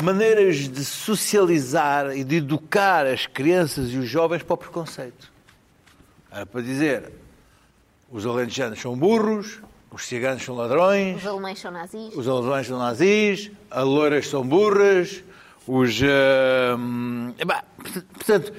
Speaker 5: maneiras de socializar e de educar as crianças e os jovens para o preconceito. Era para dizer, os alentejanos são burros, os ciganos são ladrões,
Speaker 4: Os alemães são nazis.
Speaker 5: os alemães são nazis, as loiras são burras, os... hum, epá, portanto,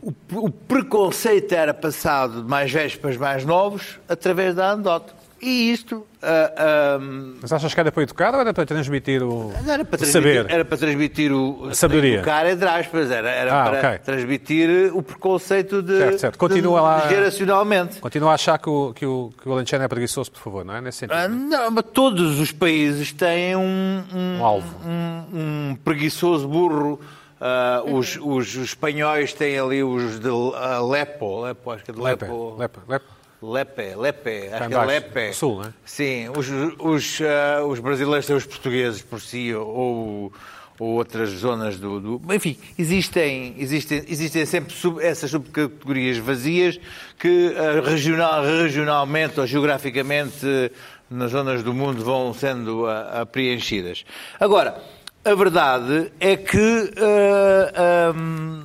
Speaker 5: o, o preconceito era passado de mais velhos para os mais novos através da anedota. E isto... ah, hum,
Speaker 1: Mas achas que era para educar ou era para transmitir o
Speaker 5: não, Era para
Speaker 1: o
Speaker 5: transmitir,
Speaker 1: saber?
Speaker 5: Era para transmitir o.
Speaker 1: A sabedoria.
Speaker 5: Educar, entre aspas, era, era
Speaker 1: Ah,
Speaker 5: para
Speaker 1: ok.
Speaker 5: transmitir o preconceito de.
Speaker 1: Certo, certo. Continua
Speaker 5: de-
Speaker 1: lá.
Speaker 5: Geracionalmente.
Speaker 1: Continua a achar que o, que o, que o Alentejano é preguiçoso, por favor, não é? Nesse sentido.
Speaker 5: Ah, Não, mas todos os países têm um. um-
Speaker 1: Um alvo.
Speaker 5: um, um preguiçoso burro. Ah, os, os, os espanhóis têm ali os de ah, Lepo, Lepo, acho que é de
Speaker 1: Um Lepe,
Speaker 5: Lepo.
Speaker 1: lepe, lepe.
Speaker 5: Lepe, Lepe,
Speaker 1: Cá
Speaker 5: acho
Speaker 1: em
Speaker 5: que é
Speaker 1: baixo,
Speaker 5: Lepe.
Speaker 1: no sul, não é?
Speaker 5: Sim, os, os, ah, os brasileiros são os portugueses por si ou, ou outras zonas do, do- Enfim, existem, existem, existem sempre sub- essas subcategorias vazias que ah, regional, regionalmente ou geograficamente eh, nas zonas do mundo vão sendo ah, ah, preenchidas. Agora, a verdade é que ah, ah,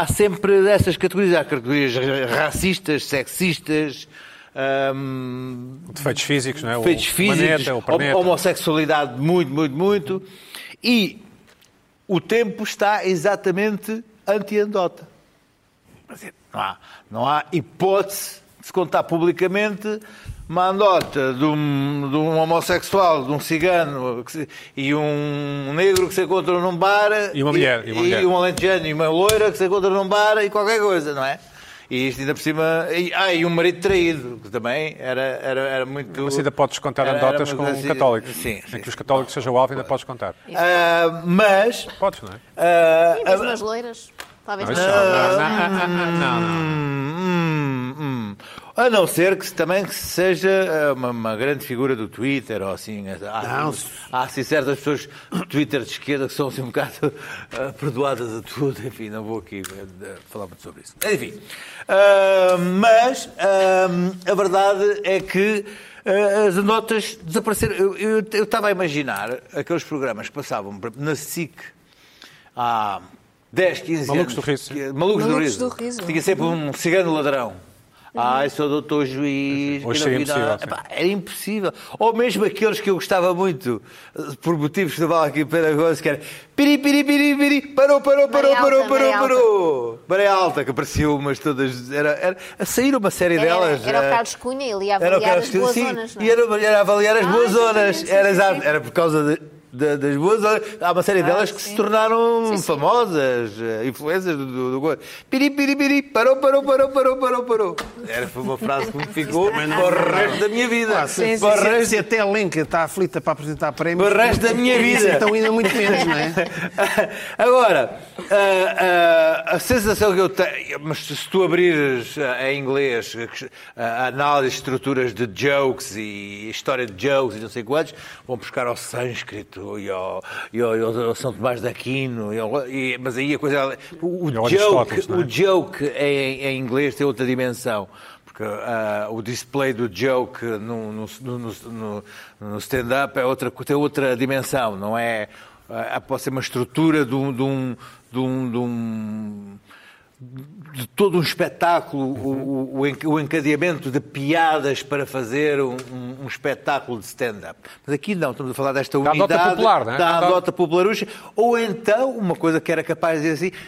Speaker 5: há sempre essas categorias. Há categorias ra- racistas, sexistas, hum,
Speaker 1: Defeitos físicos, não é?
Speaker 5: feitos
Speaker 1: o
Speaker 5: físicos,
Speaker 1: planeta, o planeta.
Speaker 5: homossexualidade, muito, muito, muito. E o tempo está exatamente anti-andota. Quer dizer, Não há, não há hipótese de se contar publicamente uma andota de um, de um homossexual, de um cigano que se- e um negro que se encontram num bar
Speaker 1: E uma mulher,
Speaker 5: e,
Speaker 1: e uma mulher.
Speaker 5: e um alentejano e uma loira que se encontram num bar e qualquer coisa, não é? E isto ainda por cima. E, ah, e um marido traído, que também era, era, era muito.
Speaker 1: Mas ainda podes contar
Speaker 5: era-
Speaker 1: anedotas
Speaker 5: era
Speaker 1: com
Speaker 5: muito assim-
Speaker 1: católicos.
Speaker 5: Sim,
Speaker 1: Em que os católicos sejam o alvo, ainda podes contar.
Speaker 5: Ah, mas.
Speaker 1: Podes, não é?
Speaker 5: ah,
Speaker 4: Sim,
Speaker 5: ah,
Speaker 4: mas é umas loiras. Talvez
Speaker 1: Não,
Speaker 4: não.
Speaker 1: isso não, não, não, não, não, não.
Speaker 5: Hum, hum. A não ser que se- também que seja eh, uma, uma grande figura do Twitter ou assim. eh, Há,
Speaker 2: Não,
Speaker 5: há, assim certas pessoas do Twitter de esquerda que são assim um bocado eh, perdoadas a tudo. Enfim, não vou aqui eh, falar muito sobre isso. Enfim. ah, mas ah, a verdade é que ah, as notas desapareceram. Eu- eu- eu estava a imaginar aqueles programas que passavam por exemplo, na SIC há 10, 15
Speaker 1: Malucos do
Speaker 5: anos.
Speaker 1: Riso.
Speaker 5: que- é Malucos, do,
Speaker 3: Malucos
Speaker 5: riso.
Speaker 3: do Riso.
Speaker 5: Tinha sempre um cigano ladrão. Ai, sou doutor juiz.
Speaker 1: Hoje
Speaker 5: que
Speaker 1: seria
Speaker 5: não vi nada.
Speaker 1: impossível,
Speaker 5: Epá, era impossível. Ou mesmo aqueles que eu gostava muito, eh, por motivos que não vale aqui para negócio, que era piri, piri, piri, piri, parou, parou, parou,
Speaker 4: Maré
Speaker 5: parou,
Speaker 4: alta,
Speaker 5: parou,
Speaker 4: maré
Speaker 5: parou. Maré alta, que apareceu umas todas. Era, era, a sair uma série
Speaker 4: Era,
Speaker 5: delas.
Speaker 4: era o
Speaker 5: eh,
Speaker 4: Carlos Cunha, ele ia
Speaker 5: era o
Speaker 4: avaliar
Speaker 5: Carlos
Speaker 4: as boas
Speaker 5: Sim,
Speaker 4: zonas. não é?
Speaker 5: E era, era avaliar as
Speaker 4: Ah,
Speaker 5: boas
Speaker 4: exatamente,
Speaker 5: zonas.
Speaker 4: sim,
Speaker 5: Era,
Speaker 4: sim,
Speaker 5: exato,
Speaker 4: sim. Ah,
Speaker 5: era por causa de- de- das boas horas. Há uma série delas que se tornaram famosas, eh, influências do, do, do gozo. Piri, piri, piri, parou, parou, parou, parou, parou, parou. Era, foi uma frase que me ficou para o resto da minha vida.
Speaker 2: Ah, se,
Speaker 5: Para o
Speaker 2: se-
Speaker 5: resto-
Speaker 2: se até a Lenca está aflita para apresentar prémios.
Speaker 5: Para o resto da minha vida.
Speaker 2: Então ainda muito menos, não é?
Speaker 5: Agora, ah, ah, a sensação que eu tenho, mas se se tu abrires ah, em inglês ah, a análise de estruturas de jokes e história de jokes e não sei quantos, vão buscar ao sânscrito e ao, e ao, e ao São Tomás de Aquino, e ao- e- mas aí a coisa. é, O, o
Speaker 1: E ao Aristóteles,
Speaker 5: joke,
Speaker 1: não é?
Speaker 5: o joke em, em inglês tem outra dimensão. Porque ah, o display do joke no, no- no- no- no stand-up é outra, co- tem outra dimensão, não é? ah, pode ser uma estrutura de um- de um- de um- de um de todo um espetáculo, o- o, o enca- o encadeamento de piadas para fazer um, um- um espetáculo de stand-up. Mas aqui não, estamos a falar desta
Speaker 1: Da
Speaker 5: unidade.
Speaker 1: anedota popular, não é?
Speaker 5: Da
Speaker 1: Anedota-
Speaker 5: anedota popularucha. Ou então, uma coisa que era capaz de dizer assim,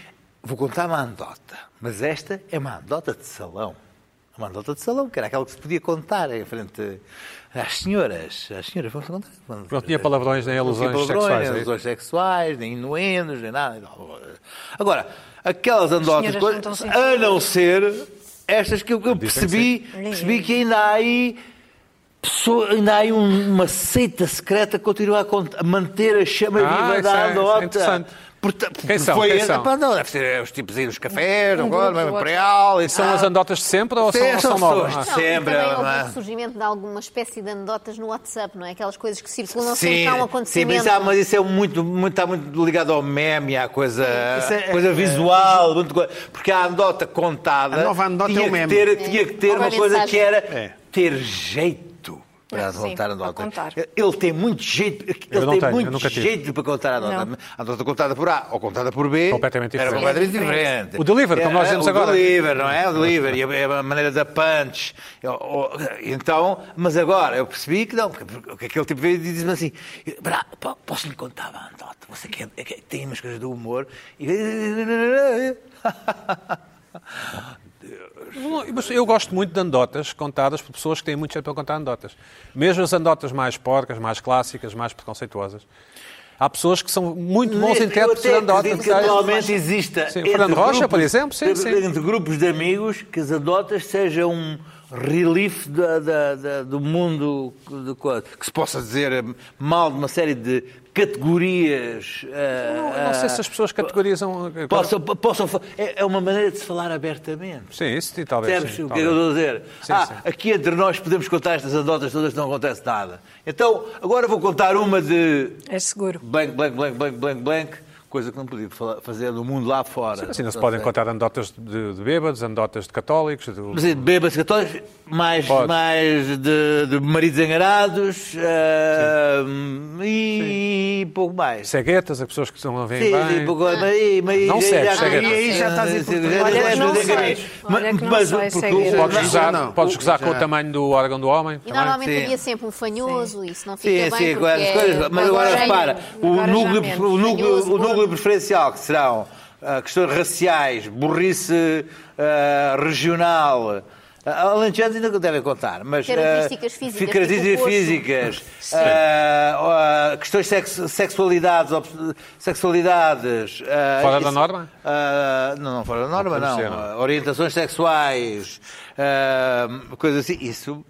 Speaker 5: vou contar uma anedota, mas esta é uma anedota de salão. Uma anedota de salão, que era aquela que se podia contar em frente às senhoras. Às senhoras, vamos contar.
Speaker 1: Não tinha palavrões nem
Speaker 5: Não tinha
Speaker 1: alusões
Speaker 5: palavrões,
Speaker 1: sexuais.
Speaker 5: nem
Speaker 1: é isso?
Speaker 5: alusões sexuais, nem inuendos, nem nada. Agora, aquelas andotas,
Speaker 3: senhoras
Speaker 5: coisas,
Speaker 3: não estão
Speaker 5: a não ser estas que eu, que eu
Speaker 1: Dizem que
Speaker 5: percebi, percebi que ainda há aí. pessoa- ainda há aí um- uma seita secreta que continua a, cont- a manter a chama
Speaker 1: Ah,
Speaker 5: viva
Speaker 1: isso é- isso
Speaker 5: da
Speaker 1: é
Speaker 5: anota.
Speaker 1: interessante.
Speaker 5: Portanto,
Speaker 1: Quem são?
Speaker 5: foi
Speaker 1: Quem
Speaker 5: esse-
Speaker 1: são?
Speaker 5: pá, não, deve ser é os tipos aí dos cafés,
Speaker 3: grupo
Speaker 5: agora,
Speaker 3: do
Speaker 5: mesmo
Speaker 3: outro.
Speaker 5: Imperial. e
Speaker 1: São
Speaker 5: tal.
Speaker 1: as anedotas de sempre ou
Speaker 5: Sim,
Speaker 1: são, ou
Speaker 5: são
Speaker 1: são novas?
Speaker 5: pessoas.
Speaker 1: Ah,
Speaker 4: Não, e
Speaker 5: Sempre,
Speaker 4: também houve
Speaker 5: não é?
Speaker 4: o surgimento de alguma espécie de anedotas no WhatsApp, não é? Aquelas coisas que circulam sem
Speaker 5: Sim,
Speaker 4: cá um
Speaker 5: sim
Speaker 4: acontecimento.
Speaker 5: mas, isso, há- mas isso é muito, muito, está muito ligado ao meme, à coisa,
Speaker 2: Isso é-
Speaker 5: coisa
Speaker 2: é-
Speaker 5: visual, muito coisa, porque a anedota contada
Speaker 2: A nova anedota
Speaker 5: tinha
Speaker 2: é o
Speaker 5: que
Speaker 2: meme.
Speaker 5: ter- tinha que ter
Speaker 4: Ou
Speaker 5: uma
Speaker 4: a
Speaker 5: coisa que
Speaker 4: mensagem.
Speaker 5: era
Speaker 2: É.
Speaker 5: ter jeito. Para
Speaker 3: Sim,
Speaker 5: contar a anedota.
Speaker 3: para contar.
Speaker 5: Ele tem muito jeito, ele
Speaker 1: não
Speaker 5: tem
Speaker 1: tenho, eu
Speaker 5: muito
Speaker 1: nunca tive.
Speaker 5: jeito para contar a
Speaker 3: Não.
Speaker 5: anedota. A anedota contada por A ou contada por B
Speaker 1: Completamente
Speaker 5: era
Speaker 1: diferente.
Speaker 5: completamente diferente.
Speaker 1: O delivery, como nós
Speaker 5: É,
Speaker 1: dizemos
Speaker 5: o
Speaker 1: agora.
Speaker 5: delivery, não é? O delivery, e a a maneira da punch. Eu- eu- Então, mas agora eu percebi que não, porque porque aquele tipo veio e disse-me assim: "Brá, po- posso lhe contar uma anedota? Você que, é- é que tem umas coisas do humor. E...
Speaker 1: Não, mas eu gosto muito de anedotas contadas por pessoas que têm muito jeito para contar anedotas. Mesmo as anedotas mais porcas, mais clássicas, mais preconceituosas. Há pessoas que é são muito bons
Speaker 5: Eu
Speaker 1: intérpretes de
Speaker 5: até acredito
Speaker 1: anedotas.
Speaker 5: que atualmente exista.
Speaker 1: Sim, o
Speaker 5: entre
Speaker 1: Fernando Rocha,
Speaker 5: grupos-
Speaker 1: por exemplo, sim,
Speaker 5: entre-
Speaker 1: sim.
Speaker 5: Entre grupos de amigos, que as adotas sejam um relief da- da- da- do mundo de coisa. que se possa dizer eh, mal de uma série de categorias. eh,
Speaker 1: Não, eu não sei se as pessoas categorizam. eh,
Speaker 5: Possam, possam, fa- é é uma maneira de se falar abertamente.
Speaker 1: Sim, isso sim, talvez.
Speaker 5: Percebes
Speaker 1: Sim,
Speaker 5: o que é que eu
Speaker 1: talvez.
Speaker 5: estou a dizer?
Speaker 1: Sim,
Speaker 5: ah,
Speaker 1: sim.
Speaker 5: aqui entre nós podemos contar estas adotas todas, não acontece nada. Então, agora vou contar uma de
Speaker 3: É seguro.
Speaker 5: blank, blank, blank, blank, blank, blank, coisa que não podia falar- fazer no mundo lá fora. Tá
Speaker 1: Assim, não se podem contar anedotas de, de bêbados, anedotas de católicos. de-
Speaker 5: Mas é de bêbados católicos, mais,
Speaker 1: Pode.
Speaker 5: mais de, de maridos enganados ah, e pouco mais.
Speaker 1: Ceguetas, as pessoas que não veem
Speaker 5: Sim,
Speaker 1: bem.
Speaker 5: sim, pouco mais. Mas,
Speaker 1: Não cegos, ceguetas.
Speaker 3: Olha que não sei. Olha que não
Speaker 5: Mas
Speaker 3: sei,
Speaker 5: porque
Speaker 3: ceguetas.
Speaker 5: o-
Speaker 1: Podes gozar,
Speaker 2: não.
Speaker 1: podes gozar com o tamanho do órgão do homem.
Speaker 4: E normalmente
Speaker 5: Sim.
Speaker 4: havia sempre um fanhoso, isso não fica
Speaker 5: Sim,
Speaker 4: bem
Speaker 5: sim,
Speaker 4: porque
Speaker 5: agora as coisas.
Speaker 4: é-
Speaker 5: Mas agora
Speaker 3: agora
Speaker 5: repara,
Speaker 3: já-
Speaker 5: o
Speaker 3: agora já menos.
Speaker 5: núcleo, o, núcleo,
Speaker 4: Manhoso,
Speaker 5: o núcleo
Speaker 4: gordo.
Speaker 5: preferencial, que serão ah, questões raciais, burrice ah, regional. ah, Alentejanos ainda devem contar, mas. ah,
Speaker 4: Características físicas,
Speaker 5: características
Speaker 4: tipo o osso.
Speaker 5: físicas, ah, ah, ah, questões sexu sexualidades, obs- sexualidades ah,
Speaker 1: Fora da norma?
Speaker 5: ah, não, não fora da norma,
Speaker 1: Não
Speaker 5: não.
Speaker 1: pode ser,
Speaker 5: Ah, orientações sexuais, ah, coisas assim. Isso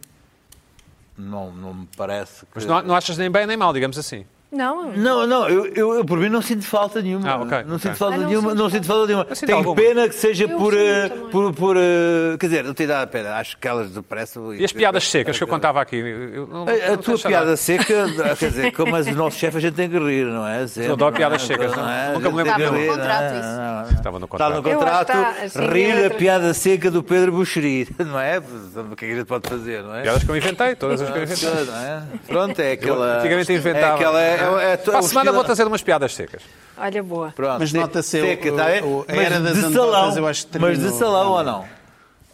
Speaker 5: não, não me parece que.
Speaker 1: Mas não, não achas nem bem nem mal, digamos assim.
Speaker 3: Não,
Speaker 5: Não, não, eu, eu, eu, por mim não sinto falta nenhuma.
Speaker 1: Ah, ok,
Speaker 5: Não
Speaker 1: ok.
Speaker 5: sinto falta
Speaker 1: Ah, não
Speaker 5: nenhuma,
Speaker 1: sinto
Speaker 5: não sinto falta nenhuma.
Speaker 1: sinto
Speaker 5: Tenho
Speaker 1: alguma.
Speaker 5: pena que seja
Speaker 1: Eu
Speaker 5: por,
Speaker 1: sinto
Speaker 5: eh,
Speaker 1: também.
Speaker 5: por, por, eh, Quer dizer, não tem nada a pena. Acho que elas depressam.
Speaker 1: E as piadas secas que eu contava aqui? eu não- não
Speaker 5: A, a
Speaker 1: tenho
Speaker 5: tua
Speaker 1: achado
Speaker 5: piada
Speaker 1: nada.
Speaker 5: seca, quer dizer, como as do nosso chefe, a gente tem que rir, não é? Sempre,
Speaker 1: Não dá
Speaker 5: é?
Speaker 1: piadas secas,
Speaker 5: Não
Speaker 1: não.
Speaker 5: é?
Speaker 1: Nunca me lembro
Speaker 5: Tem que
Speaker 1: dele.
Speaker 5: rir,
Speaker 1: Estava no contrato
Speaker 5: não é?
Speaker 1: isso.
Speaker 5: Não, não.
Speaker 1: Estava no contrato.
Speaker 5: Está no
Speaker 1: Eu acho
Speaker 5: contrato
Speaker 1: que está, assim,
Speaker 5: rir
Speaker 1: outra-
Speaker 5: a piada seca do Pedro Buxeri, não é? O que é que a gente pode fazer, não é?
Speaker 1: Piadas que eu inventei, todas as que eu inventei.
Speaker 5: Não é? Pronto, é
Speaker 1: Eu
Speaker 5: aquela.
Speaker 1: Antigamente
Speaker 5: É
Speaker 1: inventava.
Speaker 5: aquela, é, é, é,
Speaker 1: Para a semana
Speaker 5: o estilo-
Speaker 1: vou trazer umas piadas secas.
Speaker 3: Olha, boa.
Speaker 5: Pronto,
Speaker 2: Mas
Speaker 5: se-
Speaker 2: nota-se,
Speaker 5: seca,
Speaker 2: o-
Speaker 5: tá bem?
Speaker 2: o- a
Speaker 5: Mas
Speaker 2: era das
Speaker 5: de
Speaker 2: anedotas,
Speaker 5: salão,
Speaker 2: eu acho que
Speaker 5: Mas de
Speaker 2: terminou,
Speaker 5: salão ou
Speaker 2: realmente.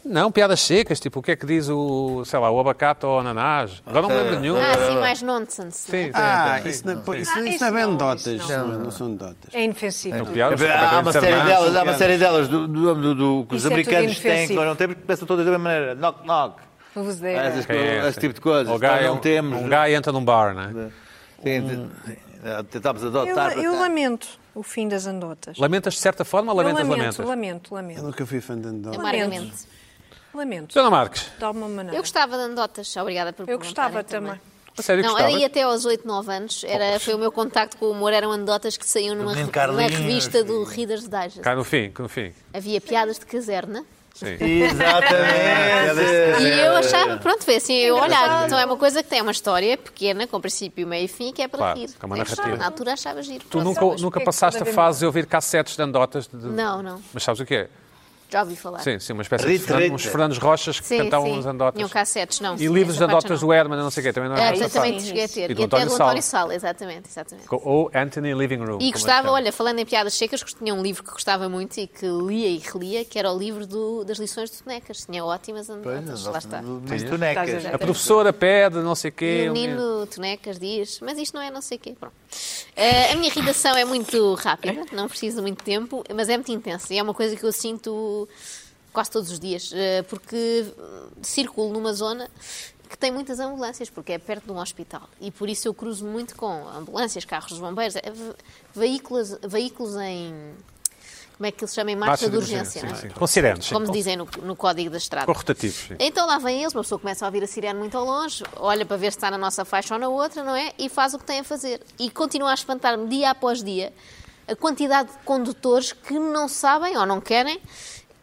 Speaker 5: não?
Speaker 1: Não, piadas secas, tipo, o que é que diz o, sei lá, o abacate ou o ananás? Agora não me lembro de nenhum.
Speaker 4: Ah, assim, mais nonsense. né?
Speaker 1: Sim, sim,
Speaker 2: Ah,
Speaker 1: sim.
Speaker 2: isso não, pô, isso,
Speaker 3: Ah,
Speaker 2: isso
Speaker 3: isso
Speaker 2: não é bem
Speaker 3: não,
Speaker 2: dotas,
Speaker 3: isso
Speaker 2: não, não são dotas.
Speaker 3: É inofensível.
Speaker 1: Piadas
Speaker 5: Há uma
Speaker 1: completamente
Speaker 5: série
Speaker 1: sardantes.
Speaker 5: delas, há uma série delas do, do, do, do- que os
Speaker 3: Isso é
Speaker 5: americanos
Speaker 3: tudo
Speaker 5: têm, que
Speaker 3: inofensivo.
Speaker 5: nós não temos, porque pensam todas da mesma maneira. Knock, knock.
Speaker 3: Vos
Speaker 5: Essas
Speaker 1: Quem
Speaker 3: dera.
Speaker 1: é
Speaker 5: coisas,
Speaker 1: esse?
Speaker 5: esse tipo de coisas.
Speaker 1: O gajo-
Speaker 5: Nós não temos. né?
Speaker 1: Um gajo entra num bar, não é?
Speaker 5: Tem-
Speaker 2: Um-
Speaker 5: tem- eh, Tentámos
Speaker 3: Eu,
Speaker 5: adotar.
Speaker 3: eu
Speaker 5: portanto.
Speaker 3: lamento o fim das andotas.
Speaker 1: Lamentas de certa forma ou
Speaker 3: Eu
Speaker 1: lamentas,
Speaker 3: lamento,
Speaker 1: lamentas?
Speaker 3: lamento,
Speaker 2: Eu
Speaker 3: lamento.
Speaker 2: nunca fui fã de dotas.
Speaker 4: Amargamente.
Speaker 3: Lamento,
Speaker 1: Dona Marques,
Speaker 3: de alguma maneira.
Speaker 4: Eu gostava de anedotas, obrigada por
Speaker 3: Eu gostava
Speaker 4: perguntarem
Speaker 3: também.
Speaker 1: a sério
Speaker 4: Não, é?
Speaker 1: gostava?
Speaker 4: aí até aos 8, 9 anos era, foi o meu contacto com o humor, eram anedotas que saíam numa,
Speaker 5: Menino
Speaker 4: re- na
Speaker 5: Carlinhos,
Speaker 4: revista do Reader's Digest.
Speaker 1: Cá no fim, no fim.
Speaker 4: Havia piadas de caserna
Speaker 1: Sim. É,
Speaker 5: Exatamente.
Speaker 4: e eu achava, pronto, foi assim, eu olhar, então é uma coisa que tem uma história pequena, com princípio, meio e fim, que é para
Speaker 1: Claro,
Speaker 4: rir.
Speaker 1: que é uma
Speaker 4: Eu achava,
Speaker 1: narrativa.
Speaker 4: Na altura achava giro.
Speaker 1: Tu
Speaker 4: Pronto,
Speaker 1: nunca,
Speaker 4: sabes?
Speaker 1: nunca
Speaker 3: que é que
Speaker 1: passaste a
Speaker 3: cada vez-
Speaker 1: fase de ouvir cassetes de andotas? De...
Speaker 4: Não, não.
Speaker 1: Mas sabes o que é?
Speaker 4: Já ouvi falar. É,
Speaker 1: Sim, sim, uma espécie de
Speaker 5: Rita,
Speaker 1: Fernando-
Speaker 5: Rita.
Speaker 1: uns Fernandes Rochas que
Speaker 4: Sim,
Speaker 1: cantavam
Speaker 4: sim.
Speaker 1: uns andotas.
Speaker 4: Tinham cassetes, não.
Speaker 1: E livros de
Speaker 4: essa parte
Speaker 1: andotas
Speaker 4: não.
Speaker 1: do Herman, não sei o quê, também não
Speaker 4: Ah,
Speaker 1: era
Speaker 4: eu
Speaker 1: nossa
Speaker 4: também
Speaker 1: parte.
Speaker 4: cheguei a ter.
Speaker 1: E
Speaker 4: E,
Speaker 1: do
Speaker 4: até
Speaker 1: António
Speaker 4: do
Speaker 1: Sala.
Speaker 4: António Sala, exatamente, exatamente.
Speaker 1: Ou Anthony Living Room. como
Speaker 4: E
Speaker 1: é que
Speaker 4: gostava,
Speaker 1: chama.
Speaker 4: olha, falando em piadas secas, que tinha um livro que gostava muito e que lia e relia, que era o livro do- das lições de tonecas. Tinha ótimas anedotas, lá está.
Speaker 5: Mas tu não é
Speaker 3: Estás a
Speaker 5: que-
Speaker 3: ver.
Speaker 1: A professora pede não sei o quê. um
Speaker 4: E o menino Tonecas diz, mas isto não é não sei o quê. Pronto. Eh, a minha irritação é muito rápida, não preciso de muito tempo, mas é muito intensa. E é uma coisa que eu sinto quase todos os dias, eh, porque hum, circulo numa zona que tem muitas ambulâncias, porque é perto de um hospital. E por isso eu cruzo muito com ambulâncias, carros dos bombeiros, eh, ve- veículos, veículos em... Como é que eles chamam? Em marcha, de urgência.
Speaker 1: sim,
Speaker 4: não é?
Speaker 1: sim. Com sirenes, sim.
Speaker 4: Como dizem no, no código da estrada.
Speaker 1: Com rotativos, sim.
Speaker 4: Então lá vêm eles, uma pessoa começa a ouvir a sirene muito ao longe, olha para ver se está na nossa faixa ou na outra, não é? E faz o que tem a fazer. E continua a espantar-me dia após dia a quantidade de condutores que não sabem ou não querem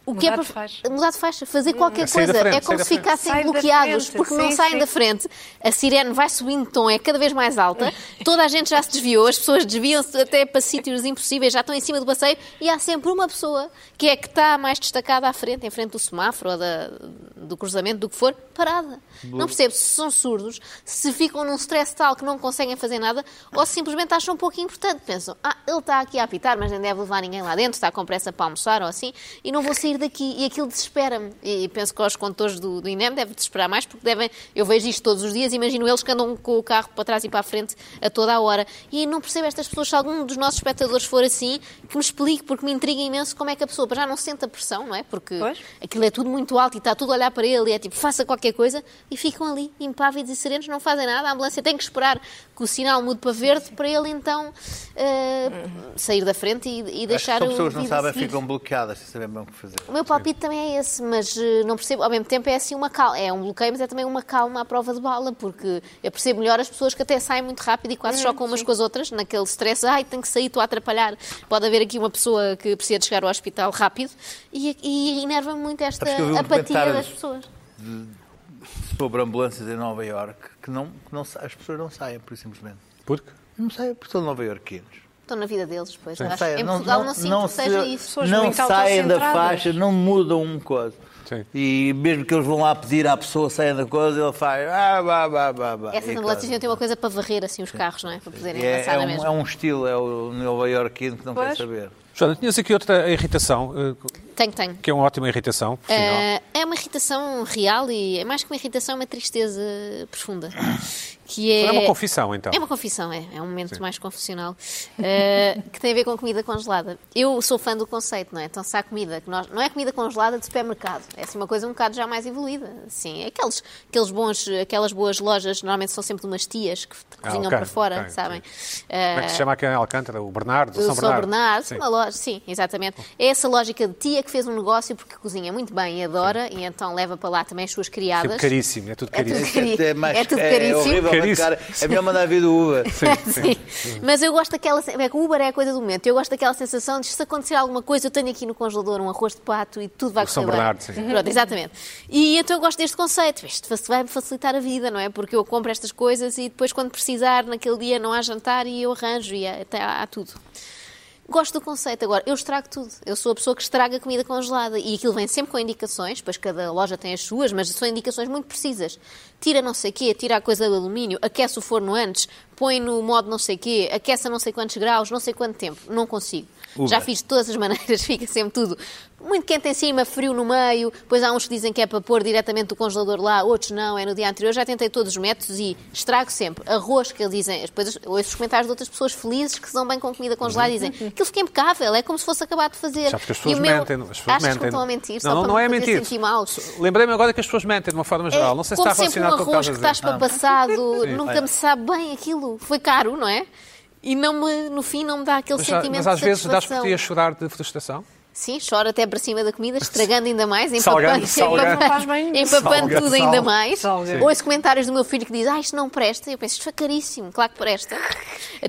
Speaker 4: o que
Speaker 3: Mudar
Speaker 4: é
Speaker 3: de
Speaker 4: para-
Speaker 3: faixa.
Speaker 4: mudar de faixa, fazer qualquer
Speaker 1: Hum, Sair da
Speaker 4: coisa.
Speaker 1: frente,
Speaker 4: é como
Speaker 1: sair da
Speaker 4: se
Speaker 1: frente.
Speaker 4: ficassem
Speaker 3: Sai da
Speaker 4: bloqueados
Speaker 3: frente,
Speaker 4: porque não
Speaker 3: sim,
Speaker 4: saem
Speaker 3: sim.
Speaker 4: da frente. A sirene vai subindo de tom, é cada vez mais alta. Toda a gente já se desviou, as pessoas desviam-se até para sítios impossíveis, já estão em cima do passeio e há sempre uma pessoa que é que está mais destacada à frente, em frente do semáforo ou da- do cruzamento, do que for, parada. Não percebo se são surdos, se ficam num stress tal que não conseguem fazer nada ou simplesmente acham pouco importante. Pensam, ah, ele está aqui a apitar, mas nem deve levar ninguém lá dentro, está com pressa para almoçar ou assim, e não vou sair daqui. E aquilo desespera-me. E penso que os condutores do, do INEM devem desesperar mais, porque devem. Eu vejo isto todos os dias, imagino eles que andam com o carro para trás e para a frente a toda a hora. E não percebo estas pessoas, se algum dos nossos espectadores for assim, que me explique, porque me intriga imenso como é que a pessoa já não sente a pressão, não é? Porque
Speaker 3: Pois.
Speaker 4: aquilo é tudo muito alto e está tudo a olhar para ele e é tipo, faça qualquer coisa, e ficam ali, impávidos e serenos, não fazem nada. A ambulância tem que esperar que o sinal mude para verde para ele então eh, sair da frente e, e
Speaker 5: Acho que
Speaker 4: deixar
Speaker 5: Uhum. É,
Speaker 3: um
Speaker 5: São
Speaker 4: o.
Speaker 5: pessoas que não
Speaker 4: vida
Speaker 5: sabem,
Speaker 4: seguir.
Speaker 5: ficam bloqueadas sem saber bem o que fazer.
Speaker 4: O meu palpite também é esse, mas eh, não percebo. Ao mesmo tempo é assim uma calma. É um bloqueio, mas é também uma calma à prova de bala, porque eu percebo melhor as pessoas que até saem muito rápido e quase chocam umas com as outras, naquele stress. Ai, tenho que sair, estou a atrapalhar. Pode haver aqui uma pessoa que precisa de chegar ao hospital rápido e, e enerva-me muito esta
Speaker 5: Sabes que eu vi um
Speaker 4: apatia
Speaker 5: documentário
Speaker 4: das pessoas.
Speaker 5: Sobre ambulâncias em Nova Iorque, que, não, que não, sa- as pessoas não saem, por isso simplesmente.
Speaker 4: É.
Speaker 1: Porque?
Speaker 5: Não saem porque são nova iorquinos.
Speaker 4: Estou na vida deles, pois.
Speaker 5: Não
Speaker 4: Acho,
Speaker 5: saem,
Speaker 4: em Portugal não, sinto que
Speaker 5: se-
Speaker 4: seja isso.
Speaker 3: Pessoas
Speaker 5: não
Speaker 3: muito
Speaker 5: saem da
Speaker 3: autocentradas.
Speaker 5: faixa, não mudam um coisa.
Speaker 1: Sim.
Speaker 5: E mesmo que eles vão lá pedir à pessoa saiam da coisa, ele faz. Ah, bah, bah, bah, bah.
Speaker 4: Essas
Speaker 5: E
Speaker 4: ambulâncias
Speaker 5: coisa.
Speaker 4: deviam ter uma coisa para varrer assim os carros, não é? Para poderem
Speaker 5: E é,
Speaker 4: passar
Speaker 5: é
Speaker 4: na
Speaker 5: um,
Speaker 4: mesma.
Speaker 5: é um estilo, é o nova iorquino que não quer
Speaker 3: Pois.
Speaker 5: saber.
Speaker 1: Joana, tinhas aqui outra irritação, eh,
Speaker 4: Tenho, tenho.
Speaker 1: que é uma ótima irritação, por sinal.
Speaker 4: Eh, é uma irritação real e é mais que uma irritação, é uma tristeza profunda. Que é,
Speaker 1: É uma confissão, então.
Speaker 4: É uma confissão, é. É um momento mais confessional. eh, que tem a ver com comida congelada. Eu sou fã do conceito, não é? Então, se há comida, que nós, não é comida congelada de supermercado. É assim, uma coisa um bocado já mais evoluída. Assim, aqueles, aqueles bons, aquelas boas lojas, normalmente são sempre de umas tias que cozinham
Speaker 1: Ah, ok,
Speaker 4: para fora,
Speaker 1: ok,
Speaker 4: sabem? Eh,
Speaker 1: Como é que se chama aqui em Alcântara? O Bernardo?
Speaker 4: Eu
Speaker 1: São
Speaker 4: sou
Speaker 1: Bernardo?
Speaker 4: Bernardo,
Speaker 1: Sim.
Speaker 4: uma loja, sim, exatamente. É essa lógica de tia que fez um negócio porque cozinha muito bem e adora, e então leva para lá também as suas criadas.
Speaker 1: Tipo caríssimo, é tudo caríssimo.
Speaker 4: tudo cari-
Speaker 5: Até mais-
Speaker 4: é tudo
Speaker 5: É,
Speaker 4: caríssimo.
Speaker 5: horrível, mas,
Speaker 1: Caríssimo.
Speaker 5: cara, é melhor mandar vir do Uber.
Speaker 4: Sim. Mas eu gosto daquela. sen- É que o Uber é a coisa do momento. Eu gosto daquela sensação de se acontecer alguma coisa, eu tenho aqui no congelador um arroz de pato e tudo vai
Speaker 1: O São
Speaker 4: correr bem.
Speaker 1: Bernardo, sim.
Speaker 4: Pronto, exatamente. E então eu gosto deste conceito. Isto vai-me facilitar a vida, não é? Porque eu compro estas coisas e depois, quando precisar, naquele dia não há jantar e eu arranjo e há- até há, há tudo. Gosto do conceito. Agora, eu estrago tudo. Eu sou a pessoa que estraga comida congelada e aquilo vem sempre com indicações, pois cada loja tem as suas, mas são indicações muito precisas. Tira não sei quê, tira a coisa do alumínio, aquece o forno antes, põe no modo não sei quê, aquece a não sei quantos graus, não sei quanto tempo. Não consigo.
Speaker 5: Uber.
Speaker 4: Já fiz de todas as maneiras, fica sempre tudo muito quente em cima, frio no meio, pois há uns que dizem que é para pôr diretamente do congelador lá, outros não, é no dia anterior. Já tentei todos os métodos e estrago sempre. Arroz que eles dizem, depois ouço os comentários de outras pessoas felizes que se dão bem com comida congelada e dizem aquilo fica impecável, é como se fosse acabado de fazer.
Speaker 1: Uhum. Sabes que as
Speaker 4: E
Speaker 1: pessoas
Speaker 4: o meu-
Speaker 1: mentem. As pessoas
Speaker 4: Achas
Speaker 1: mentem.
Speaker 4: que me estão a mentir,
Speaker 1: Não,
Speaker 4: só
Speaker 1: não,
Speaker 4: para
Speaker 1: não
Speaker 4: me
Speaker 1: é
Speaker 4: fazer
Speaker 1: mentir.
Speaker 4: sentir mal.
Speaker 1: Lembrei-me agora que as pessoas mentem de uma forma geral. não sei se
Speaker 4: como
Speaker 1: está
Speaker 4: sempre um
Speaker 1: relacionado com o que
Speaker 4: arroz
Speaker 1: estás a
Speaker 4: que
Speaker 1: dizer.
Speaker 4: estás para passado,
Speaker 1: Sim. é.
Speaker 4: nunca me sabe bem aquilo. Foi caro, não é? E não me, no fim não me dá aquele
Speaker 1: Mas, já-
Speaker 4: sentimento
Speaker 1: mas
Speaker 4: de
Speaker 1: às vezes dás por
Speaker 4: satisfação.
Speaker 1: ti a chorar de frustração?
Speaker 4: Sim, choro até para cima da comida, estragando ainda mais,
Speaker 1: Salgando,
Speaker 4: empapando,
Speaker 1: salgando.
Speaker 3: Não faz bem
Speaker 4: empapando,
Speaker 3: nenhum.
Speaker 4: empapando
Speaker 1: Salgando,
Speaker 4: tudo ainda
Speaker 1: salgando.
Speaker 4: mais.
Speaker 3: Salgando.
Speaker 4: Ouço comentários do meu filho que diz, ah, isto não presta. Eu penso, isto foi caríssimo, claro que presta.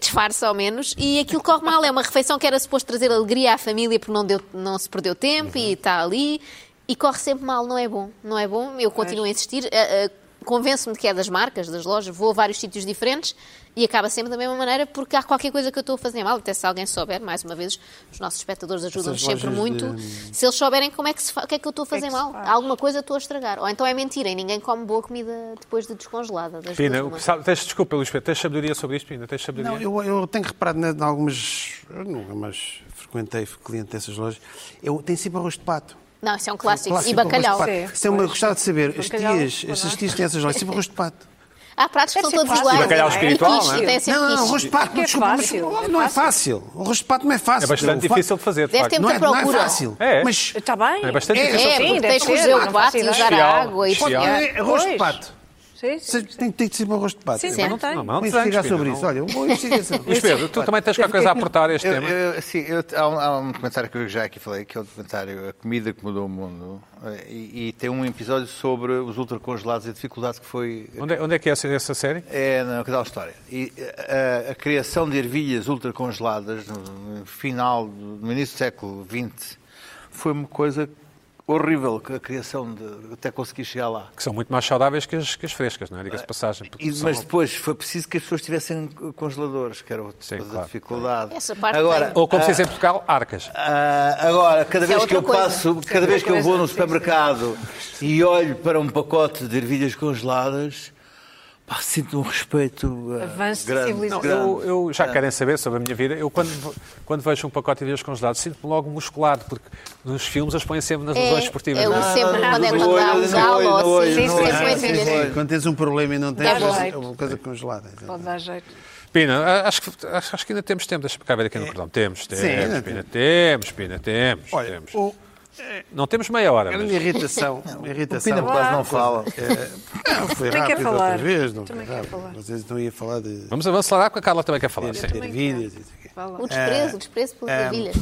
Speaker 4: Disfarça ao menos. E aquilo corre mal, é uma refeição que era suposto trazer alegria à família porque não, deu, não se perdeu tempo
Speaker 1: Uhum.
Speaker 4: e está ali. E corre sempre mal, não é bom. Não é bom, eu continuo a insistir. eh, eh, Convenço-me de que é das marcas, das lojas, vou a vários sítios diferentes e acaba sempre da mesma maneira porque há qualquer coisa que eu estou a fazer mal. Até se alguém souber, mais uma vez, os nossos espectadores ajudam-nos
Speaker 2: Essas
Speaker 4: sempre
Speaker 2: lojas
Speaker 4: muito.
Speaker 2: de-
Speaker 4: Se eles souberem como é que se fa... o que é que eu estou a fazer mal, alguma coisa estou a estragar. Ou então é mentira e ninguém come boa comida depois de descongelada. Das
Speaker 1: Pina,
Speaker 4: duas uma.
Speaker 1: sabe- tens, desculpa, Luís Pedro, tens sabedoria sobre isto, Pina? Tens sabedoria?
Speaker 2: Não, eu, eu tenho reparado né, em algumas. Eu nunca mais frequentei cliente dessas lojas. Eu tenho sempre arroz de pato.
Speaker 4: Não, isso é um
Speaker 3: Ah,
Speaker 4: clássico.
Speaker 2: Clássico
Speaker 4: E bacalhau.
Speaker 2: arroz de pato.
Speaker 3: Sim,
Speaker 2: Isso é uma. eu Gostava de saber. As
Speaker 3: Bacalhau,
Speaker 2: tias,
Speaker 3: não é?
Speaker 2: essas tias têm essas lojas, sempre arroz de pato.
Speaker 4: Há pratos que são
Speaker 3: Deve ser
Speaker 4: todos
Speaker 3: fácil.
Speaker 4: iguais.
Speaker 1: E bacalhau
Speaker 4: não é?
Speaker 1: espiritual,
Speaker 4: E quiche,
Speaker 1: não é?
Speaker 4: tem sempre
Speaker 2: Não, não,
Speaker 4: quiche.
Speaker 2: arroz de pato,
Speaker 3: É
Speaker 2: desculpa, mas
Speaker 3: fácil, é
Speaker 2: não é fácil. O arroz de pato não é fácil.
Speaker 1: É bastante
Speaker 2: O fa-
Speaker 1: difícil de fazer, de
Speaker 4: Deve ter
Speaker 1: facto.
Speaker 2: Não é,
Speaker 4: muita
Speaker 2: não é
Speaker 4: procura.
Speaker 2: fácil.
Speaker 1: É.
Speaker 2: Mas
Speaker 3: Está tá bem.
Speaker 1: É bastante
Speaker 2: É,
Speaker 1: difícil.
Speaker 4: É,
Speaker 3: Sim,
Speaker 4: porque
Speaker 3: deve
Speaker 4: tens que
Speaker 3: ser,
Speaker 4: fazer
Speaker 3: não
Speaker 4: o
Speaker 3: faço
Speaker 4: pato e usar
Speaker 1: ideia.
Speaker 4: a água e
Speaker 1: Pode-
Speaker 4: desfiar.
Speaker 2: é arroz de
Speaker 3: Pois.
Speaker 2: pato.
Speaker 3: Sim,
Speaker 2: Vocês
Speaker 3: sim.
Speaker 2: têm tem que ser arroz de pato.
Speaker 3: Sim,
Speaker 2: Eu
Speaker 1: Não,
Speaker 3: não tem.
Speaker 1: não, não,
Speaker 2: Vou
Speaker 1: desenhos,
Speaker 2: investigar
Speaker 1: Pina,
Speaker 2: sobre
Speaker 1: não.
Speaker 2: isso. Olha, é eu vou investigar sobre
Speaker 1: Luís
Speaker 2: isso.
Speaker 1: Pedro, tu também tens qualquer coisa a aportar a este
Speaker 5: Eu,
Speaker 1: tema?
Speaker 5: eu- assim, eu- há, um, há um documentário que eu já aqui falei, que é o documentário A Comida que Mudou o Mundo, eh, e, e tem um episódio sobre os ultracongelados e a dificuldade que foi
Speaker 1: Onde, é- onde é que é essa, essa série?
Speaker 5: É, na Canal História. E eh, a, a criação de ervilhas ultracongeladas no, no final, do- no início do século XX, foi uma coisa horrível, que a criação de até conseguir chegar lá.
Speaker 1: Que são muito mais saudáveis que as, que as frescas, não é?
Speaker 2: Ah,
Speaker 1: Diga-se de passagem. porque
Speaker 5: E-
Speaker 1: são-
Speaker 5: mas depois foi preciso que as pessoas tivessem congeladores, que era outra
Speaker 1: Sim,
Speaker 5: coisa
Speaker 1: claro.
Speaker 5: da dificuldade.
Speaker 4: Essa parte
Speaker 5: Agora,
Speaker 4: tem.
Speaker 1: Ou como se
Speaker 5: ah,
Speaker 1: diz em Portugal, arcas.
Speaker 5: Ah, agora, cada
Speaker 4: Isso é
Speaker 5: vez que eu
Speaker 4: outra coisa.
Speaker 5: passo, cada vez que eu vou no supermercado e olho para um pacote de ervilhas congeladas, pá, sinto um respeito ah,
Speaker 3: Avanço de
Speaker 5: grande,
Speaker 3: civilização.
Speaker 5: grande.
Speaker 1: Eu, eu- já querem saber sobre a minha vida. Eu, quando, ve- quando vejo um pacote de ervilhas congeladas, sinto-me logo musculado, porque nos filmes as põem sempre nas lesões esportivas.
Speaker 4: eu
Speaker 1: não é?
Speaker 4: sempre,
Speaker 5: não,
Speaker 4: quando é
Speaker 5: não,
Speaker 4: quando há
Speaker 5: não,
Speaker 4: um
Speaker 5: não, não,
Speaker 4: galo ou assim, sempre
Speaker 5: não, não,
Speaker 2: É.
Speaker 4: com
Speaker 5: não,
Speaker 4: ervilhas.
Speaker 5: não,
Speaker 2: Quando tens um problema e não tens,
Speaker 3: Dá
Speaker 2: às vezes
Speaker 3: jeito.
Speaker 2: é uma coisa congelada. é.
Speaker 3: Pode dar jeito.
Speaker 1: Pina, a- acho que, acho, acho que ainda temos tempo. Deixa-me cá ver aqui no cordão. Temos, temos,
Speaker 2: ainda
Speaker 1: Pina, temos, Pina, temos.
Speaker 2: Olha,
Speaker 1: temos.
Speaker 2: o,
Speaker 1: Não temos meia hora,
Speaker 2: a
Speaker 1: mas
Speaker 2: minha irritação. a minha irritação
Speaker 5: Pina quase não fala.
Speaker 2: É, não, foi
Speaker 3: Também quer
Speaker 2: rápido outra
Speaker 3: falar.
Speaker 2: vez. Não, foi
Speaker 3: Também quer
Speaker 2: rápido.
Speaker 3: falar.
Speaker 2: Vocês estão aí a falar de
Speaker 1: vamos avançar porque a Carla também quer falar. Sim.
Speaker 2: ter vidas.
Speaker 4: O desprezo, o desprezo pelas ervilhas.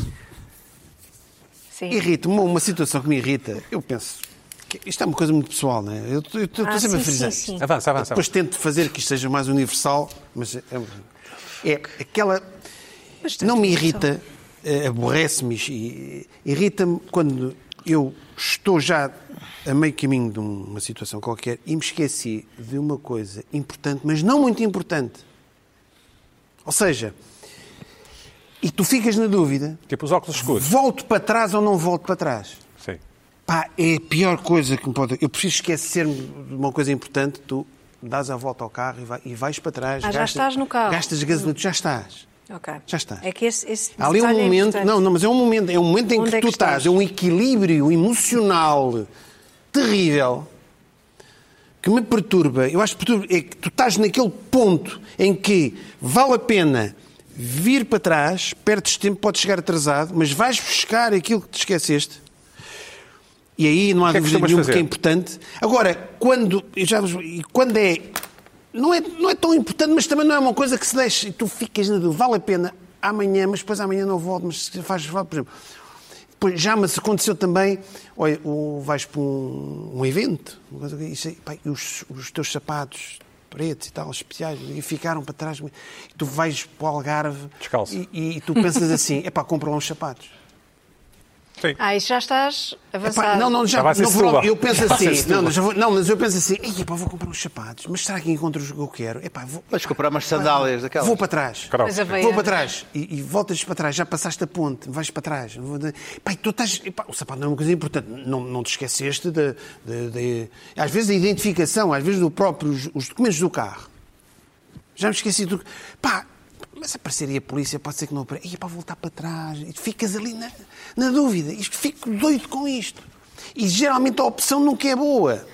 Speaker 3: Sim.
Speaker 2: Irrita, uma, uma situação que me irrita, eu penso. que Isto é uma coisa muito pessoal, não é? Eu estou eu estou
Speaker 3: Ah,
Speaker 2: sempre a
Speaker 3: sim,
Speaker 2: frisar.
Speaker 3: sim, sim.
Speaker 2: isto.
Speaker 1: Avança, avança.
Speaker 2: Depois tento fazer que isto seja mais universal, mas é, é aquela.
Speaker 3: é
Speaker 2: Não me irrita, eh, aborrece-me, e- irrita-me quando eu estou já a meio caminho de um, uma situação qualquer e me esqueci de uma coisa importante, mas não muito importante. Ou seja, e tu ficas na dúvida,
Speaker 1: Tipo os óculos escuros.
Speaker 2: volto para trás ou não volto para trás?
Speaker 1: Sim.
Speaker 2: Pá, é a pior coisa que me pode. Eu preciso esquecer-me de uma coisa importante. Tu dás a volta ao carro e, vai- e vais para trás.
Speaker 3: Ah, já estás no carro.
Speaker 2: Gastas gasolina, tu já estás.
Speaker 3: Ok.
Speaker 2: Já está.
Speaker 3: É que esse, esse
Speaker 2: Há ali um
Speaker 3: detalhe é
Speaker 2: momento,
Speaker 3: importante.
Speaker 2: não, não, mas é um momento, é um momento em
Speaker 3: Onde
Speaker 2: que
Speaker 3: é
Speaker 2: tu
Speaker 3: que
Speaker 2: estás,
Speaker 3: estás?
Speaker 2: é um equilíbrio emocional terrível que me perturba. Eu acho que perturba, é que tu estás naquele ponto em que vale a pena vir para trás, perdes tempo, podes chegar atrasado, mas vais buscar aquilo que te esqueceste. E aí não há
Speaker 1: O que é que
Speaker 2: dúvida
Speaker 1: costumas
Speaker 2: nenhuma que é
Speaker 1: fazer?
Speaker 2: importante. Agora, quando, eu já, vos- e quando é, não é. Não é tão importante, mas também não é uma coisa que se deixe. E tu ficas na dúvida, vale a pena amanhã, mas depois amanhã não volto, mas se faz, vale, por exemplo. Depois, já me aconteceu também, olha, o- vais para um, um evento, uma coisa que- isso aí, pá, e os, os teus sapatos pretos e tal, especiais, e ficaram para trás, e tu vais para o Algarve
Speaker 1: Descalço.
Speaker 2: E, e, tu pensas assim, é pá, compra lá uns sapatos.
Speaker 3: Ah, isso já estás avançado.
Speaker 2: Epá, não, não, já,
Speaker 1: Já vai ser
Speaker 2: não, vou lá.
Speaker 1: Setúbal.
Speaker 2: eu penso
Speaker 1: Já vai ser
Speaker 2: assim, não,
Speaker 1: Setúbal.
Speaker 2: mas eu vou- não, mas eu penso assim, "Ei, epá, vou comprar uns sapatos, mas será que encontro os que eu quero? Epá, vou,
Speaker 5: Vais comprar umas sandálias daquelas.
Speaker 2: Vou para trás.
Speaker 1: Caralho.
Speaker 3: Mas a veia-
Speaker 2: Vou para trás e, e voltas para trás, já passaste a ponte, vais para trás. Vou de- Pai, tu estás. epá, o sapato não é uma coisa importante, não, não te esqueceste de, de- de- Às vezes a identificação, às vezes do próprio, os, os documentos do carro. Já me esqueci do. Pá, mas apareceria a polícia, pode ser que não apareça. E para voltar para trás, e ficas ali na, na dúvida. Isto- Fico doido com isto. E geralmente a opção nunca é boa.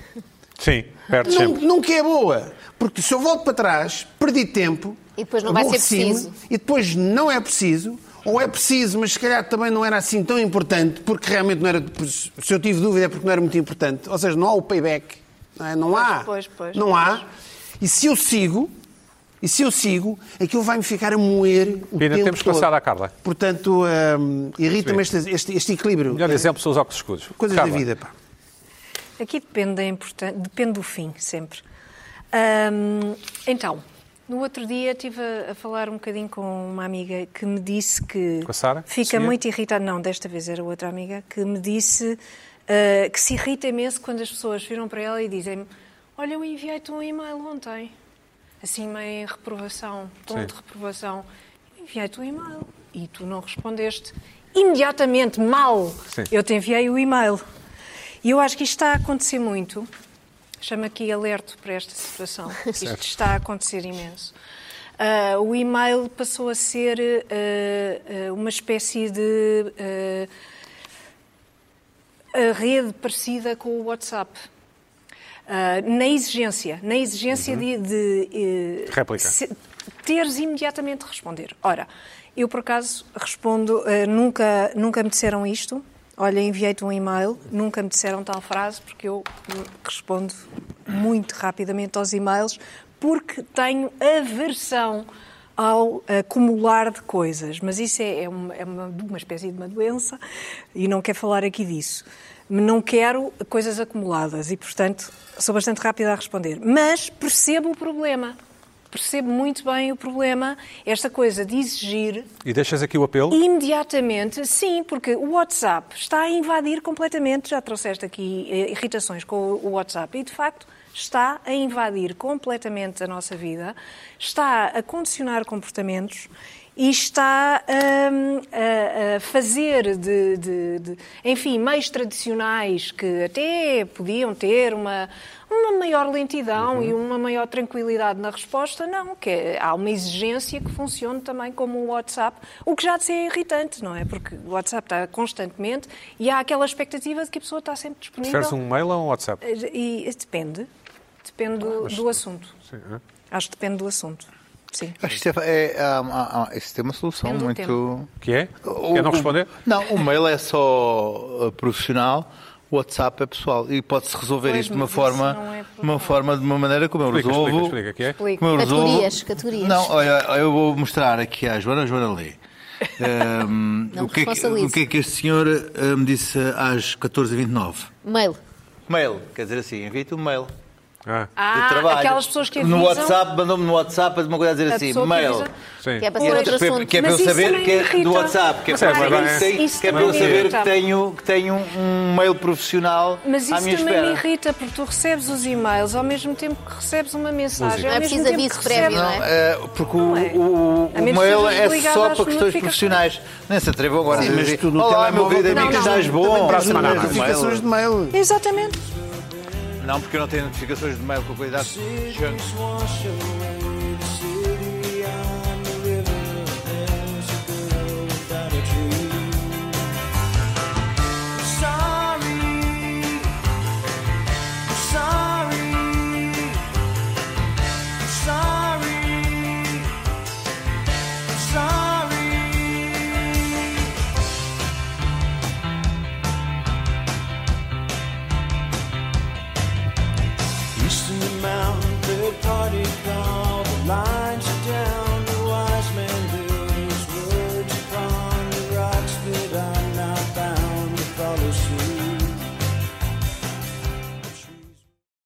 Speaker 1: Sim, perdes
Speaker 2: Não,
Speaker 1: sempre.
Speaker 2: nunca é boa. Porque se eu volto para trás, perdi tempo.
Speaker 4: E depois não vai ser
Speaker 2: aborreci-me,
Speaker 4: preciso.
Speaker 2: E depois não é preciso. Ou é preciso, mas se calhar também não era assim tão importante, porque realmente não era. Se eu tive dúvida é porque não era muito importante. Ou seja, não há o payback. Não, é? Não há.
Speaker 3: pois, pois,
Speaker 2: não há. E se eu sigo, e se eu sigo, aquilo vai-me ficar a moer o
Speaker 1: Pina,
Speaker 2: tempo
Speaker 1: temos
Speaker 2: todo.
Speaker 1: passado à Carla.
Speaker 2: Portanto, hum, irrita-me este, este- este equilíbrio.
Speaker 1: Melhor exemplo são os óculos escuros.
Speaker 2: Coisas
Speaker 1: Carla,
Speaker 2: da vida, pá.
Speaker 3: Aqui depende, da importan- depende do fim, sempre. Ahm, então, no outro dia estive a, a falar um bocadinho com uma amiga que me disse que
Speaker 1: Com a Sara?
Speaker 3: fica
Speaker 1: Sofia?
Speaker 3: muito irritada. Não, desta vez era outra amiga que me disse ah, que se irrita imenso quando as pessoas viram para ela e dizem-me: Olha, eu enviei-te um e-mail ontem. Assim, meio em reprovação, tom
Speaker 1: Sim.
Speaker 3: de reprovação. Enviei-te um e-mail e tu não respondeste. Imediatamente, mal,
Speaker 1: Sim.
Speaker 3: eu te enviei o e-mail. E eu acho que isto está a acontecer muito. Chama aqui alerto para esta situação. Isto está a acontecer imenso. Ah, o e-mail passou a ser ah, ah, uma espécie de ah, a rede parecida com o WhatsApp. Ah, na exigência, na exigência de, de, eh,
Speaker 1: Réplica.
Speaker 3: se- teres imediatamente de responder. Ora, eu por acaso respondo, eh, nunca, nunca me disseram isto. Olha, enviei-te um e-mail, nunca me disseram tal frase, porque eu hum, respondo muito rapidamente aos e-mails, porque tenho aversão ao acumular de coisas. Mas isso é, é uma, é uma- uma espécie de uma doença e não quero falar aqui disso. Não quero coisas acumuladas e, portanto, sou bastante rápida a responder. Mas percebo o problema percebo muito bem o problema, esta coisa de exigir
Speaker 1: E deixas aqui o apelo?
Speaker 3: imediatamente, sim, porque o WhatsApp está a invadir completamente, já trouxeste aqui eh, irritações com o WhatsApp e de facto está a invadir completamente a nossa vida, está a condicionar comportamentos e está hum, a, a fazer de, de- de- enfim, meios tradicionais que até podiam ter uma, uma maior lentidão e
Speaker 5: Uhum.
Speaker 3: uma maior tranquilidade na resposta, não, que é- há uma exigência que funcione também como o WhatsApp, o que já de ser é irritante, não é? Porque o WhatsApp está constantemente e há aquela expectativa de que a pessoa está sempre disponível.
Speaker 1: Preferes um mail ou um WhatsApp?
Speaker 3: E, e depende, depende do, do assunto.
Speaker 1: Sim, hã?
Speaker 3: Acho que depende do assunto. Sim.
Speaker 5: Acho que isso é, é, ah, ah, ah, isso tem uma solução
Speaker 3: Depende do
Speaker 5: muito.
Speaker 1: Que é?
Speaker 5: O-
Speaker 1: Quer não responder?
Speaker 5: o- Não, o mail é só uh, profissional, o WhatsApp é pessoal. E pode-se resolver
Speaker 3: Pois,
Speaker 5: isto de uma
Speaker 3: mas isso não
Speaker 5: forma,
Speaker 3: é
Speaker 5: uma forma, de uma maneira como eu
Speaker 1: Explica,
Speaker 5: resolvo.
Speaker 1: explica, explica, que é?
Speaker 3: Explica.
Speaker 5: Como eu resolvo-
Speaker 4: Categorias, categorias.
Speaker 5: Não, olha, eu vou mostrar aqui à Joana, a Joana lê. Ahm,
Speaker 4: Não
Speaker 5: o, que é que,
Speaker 4: responsabilize.
Speaker 5: o que é que este senhor ah, me disse às 14h29?
Speaker 4: Mail.
Speaker 5: Mail, quer dizer assim, envia-te um mail.
Speaker 1: Ah,
Speaker 5: de
Speaker 3: Ah,
Speaker 5: trabalho.
Speaker 3: aquelas pessoas que avisam
Speaker 5: No WhatsApp, mandou-me no WhatsApp uma coisa a dizer
Speaker 3: a
Speaker 5: assim,
Speaker 3: pessoa que
Speaker 5: mail.
Speaker 1: sim.
Speaker 3: avisa-
Speaker 4: Que é para
Speaker 5: Que
Speaker 4: ser outro
Speaker 5: é- que é-
Speaker 4: assunto.
Speaker 5: Que é para eu
Speaker 3: Mas isso
Speaker 5: saber
Speaker 3: também
Speaker 5: que é
Speaker 3: irrita.
Speaker 5: do WhatsApp, que é
Speaker 1: Mas é
Speaker 5: para eu
Speaker 1: verdade.
Speaker 5: saber que tenho-
Speaker 3: Isso
Speaker 5: que é para eu
Speaker 3: também me
Speaker 5: saber
Speaker 3: irrita.
Speaker 5: que tenho, que tenho um mail profissional
Speaker 3: Mas isso
Speaker 5: à minha
Speaker 3: também me
Speaker 5: espera.
Speaker 3: irrita, porque tu recebes os e-mails ao mesmo tempo que recebes uma mensagem.
Speaker 1: Música.
Speaker 3: ao
Speaker 4: Não é
Speaker 3: mesmo
Speaker 4: preciso
Speaker 3: tempo
Speaker 4: aviso
Speaker 3: que recebes-
Speaker 4: prévio, não é?
Speaker 5: Eh, porque o,
Speaker 3: é.
Speaker 5: o-
Speaker 3: A
Speaker 5: o
Speaker 3: menos que
Speaker 5: mail
Speaker 3: sejas
Speaker 5: é
Speaker 3: ligado
Speaker 5: só
Speaker 3: às
Speaker 5: para questões
Speaker 3: notificações.
Speaker 5: profissionais. Nem se atrevam agora
Speaker 2: Sim,
Speaker 5: a
Speaker 2: mas
Speaker 5: dizer
Speaker 2: tu no
Speaker 5: Olá, meu
Speaker 2: telemóvel
Speaker 5: querido
Speaker 2: também
Speaker 5: amigo,
Speaker 3: tens-
Speaker 5: estás
Speaker 2: Também
Speaker 5: bom?
Speaker 2: tens
Speaker 1: Para a semana há mais.
Speaker 2: notificações de mail.
Speaker 4: é?
Speaker 3: Exatamente.
Speaker 5: Não, porque eu não tenho notificações de mail com a qualidade de junk.
Speaker 11: Wash away the city I'm living in. found the party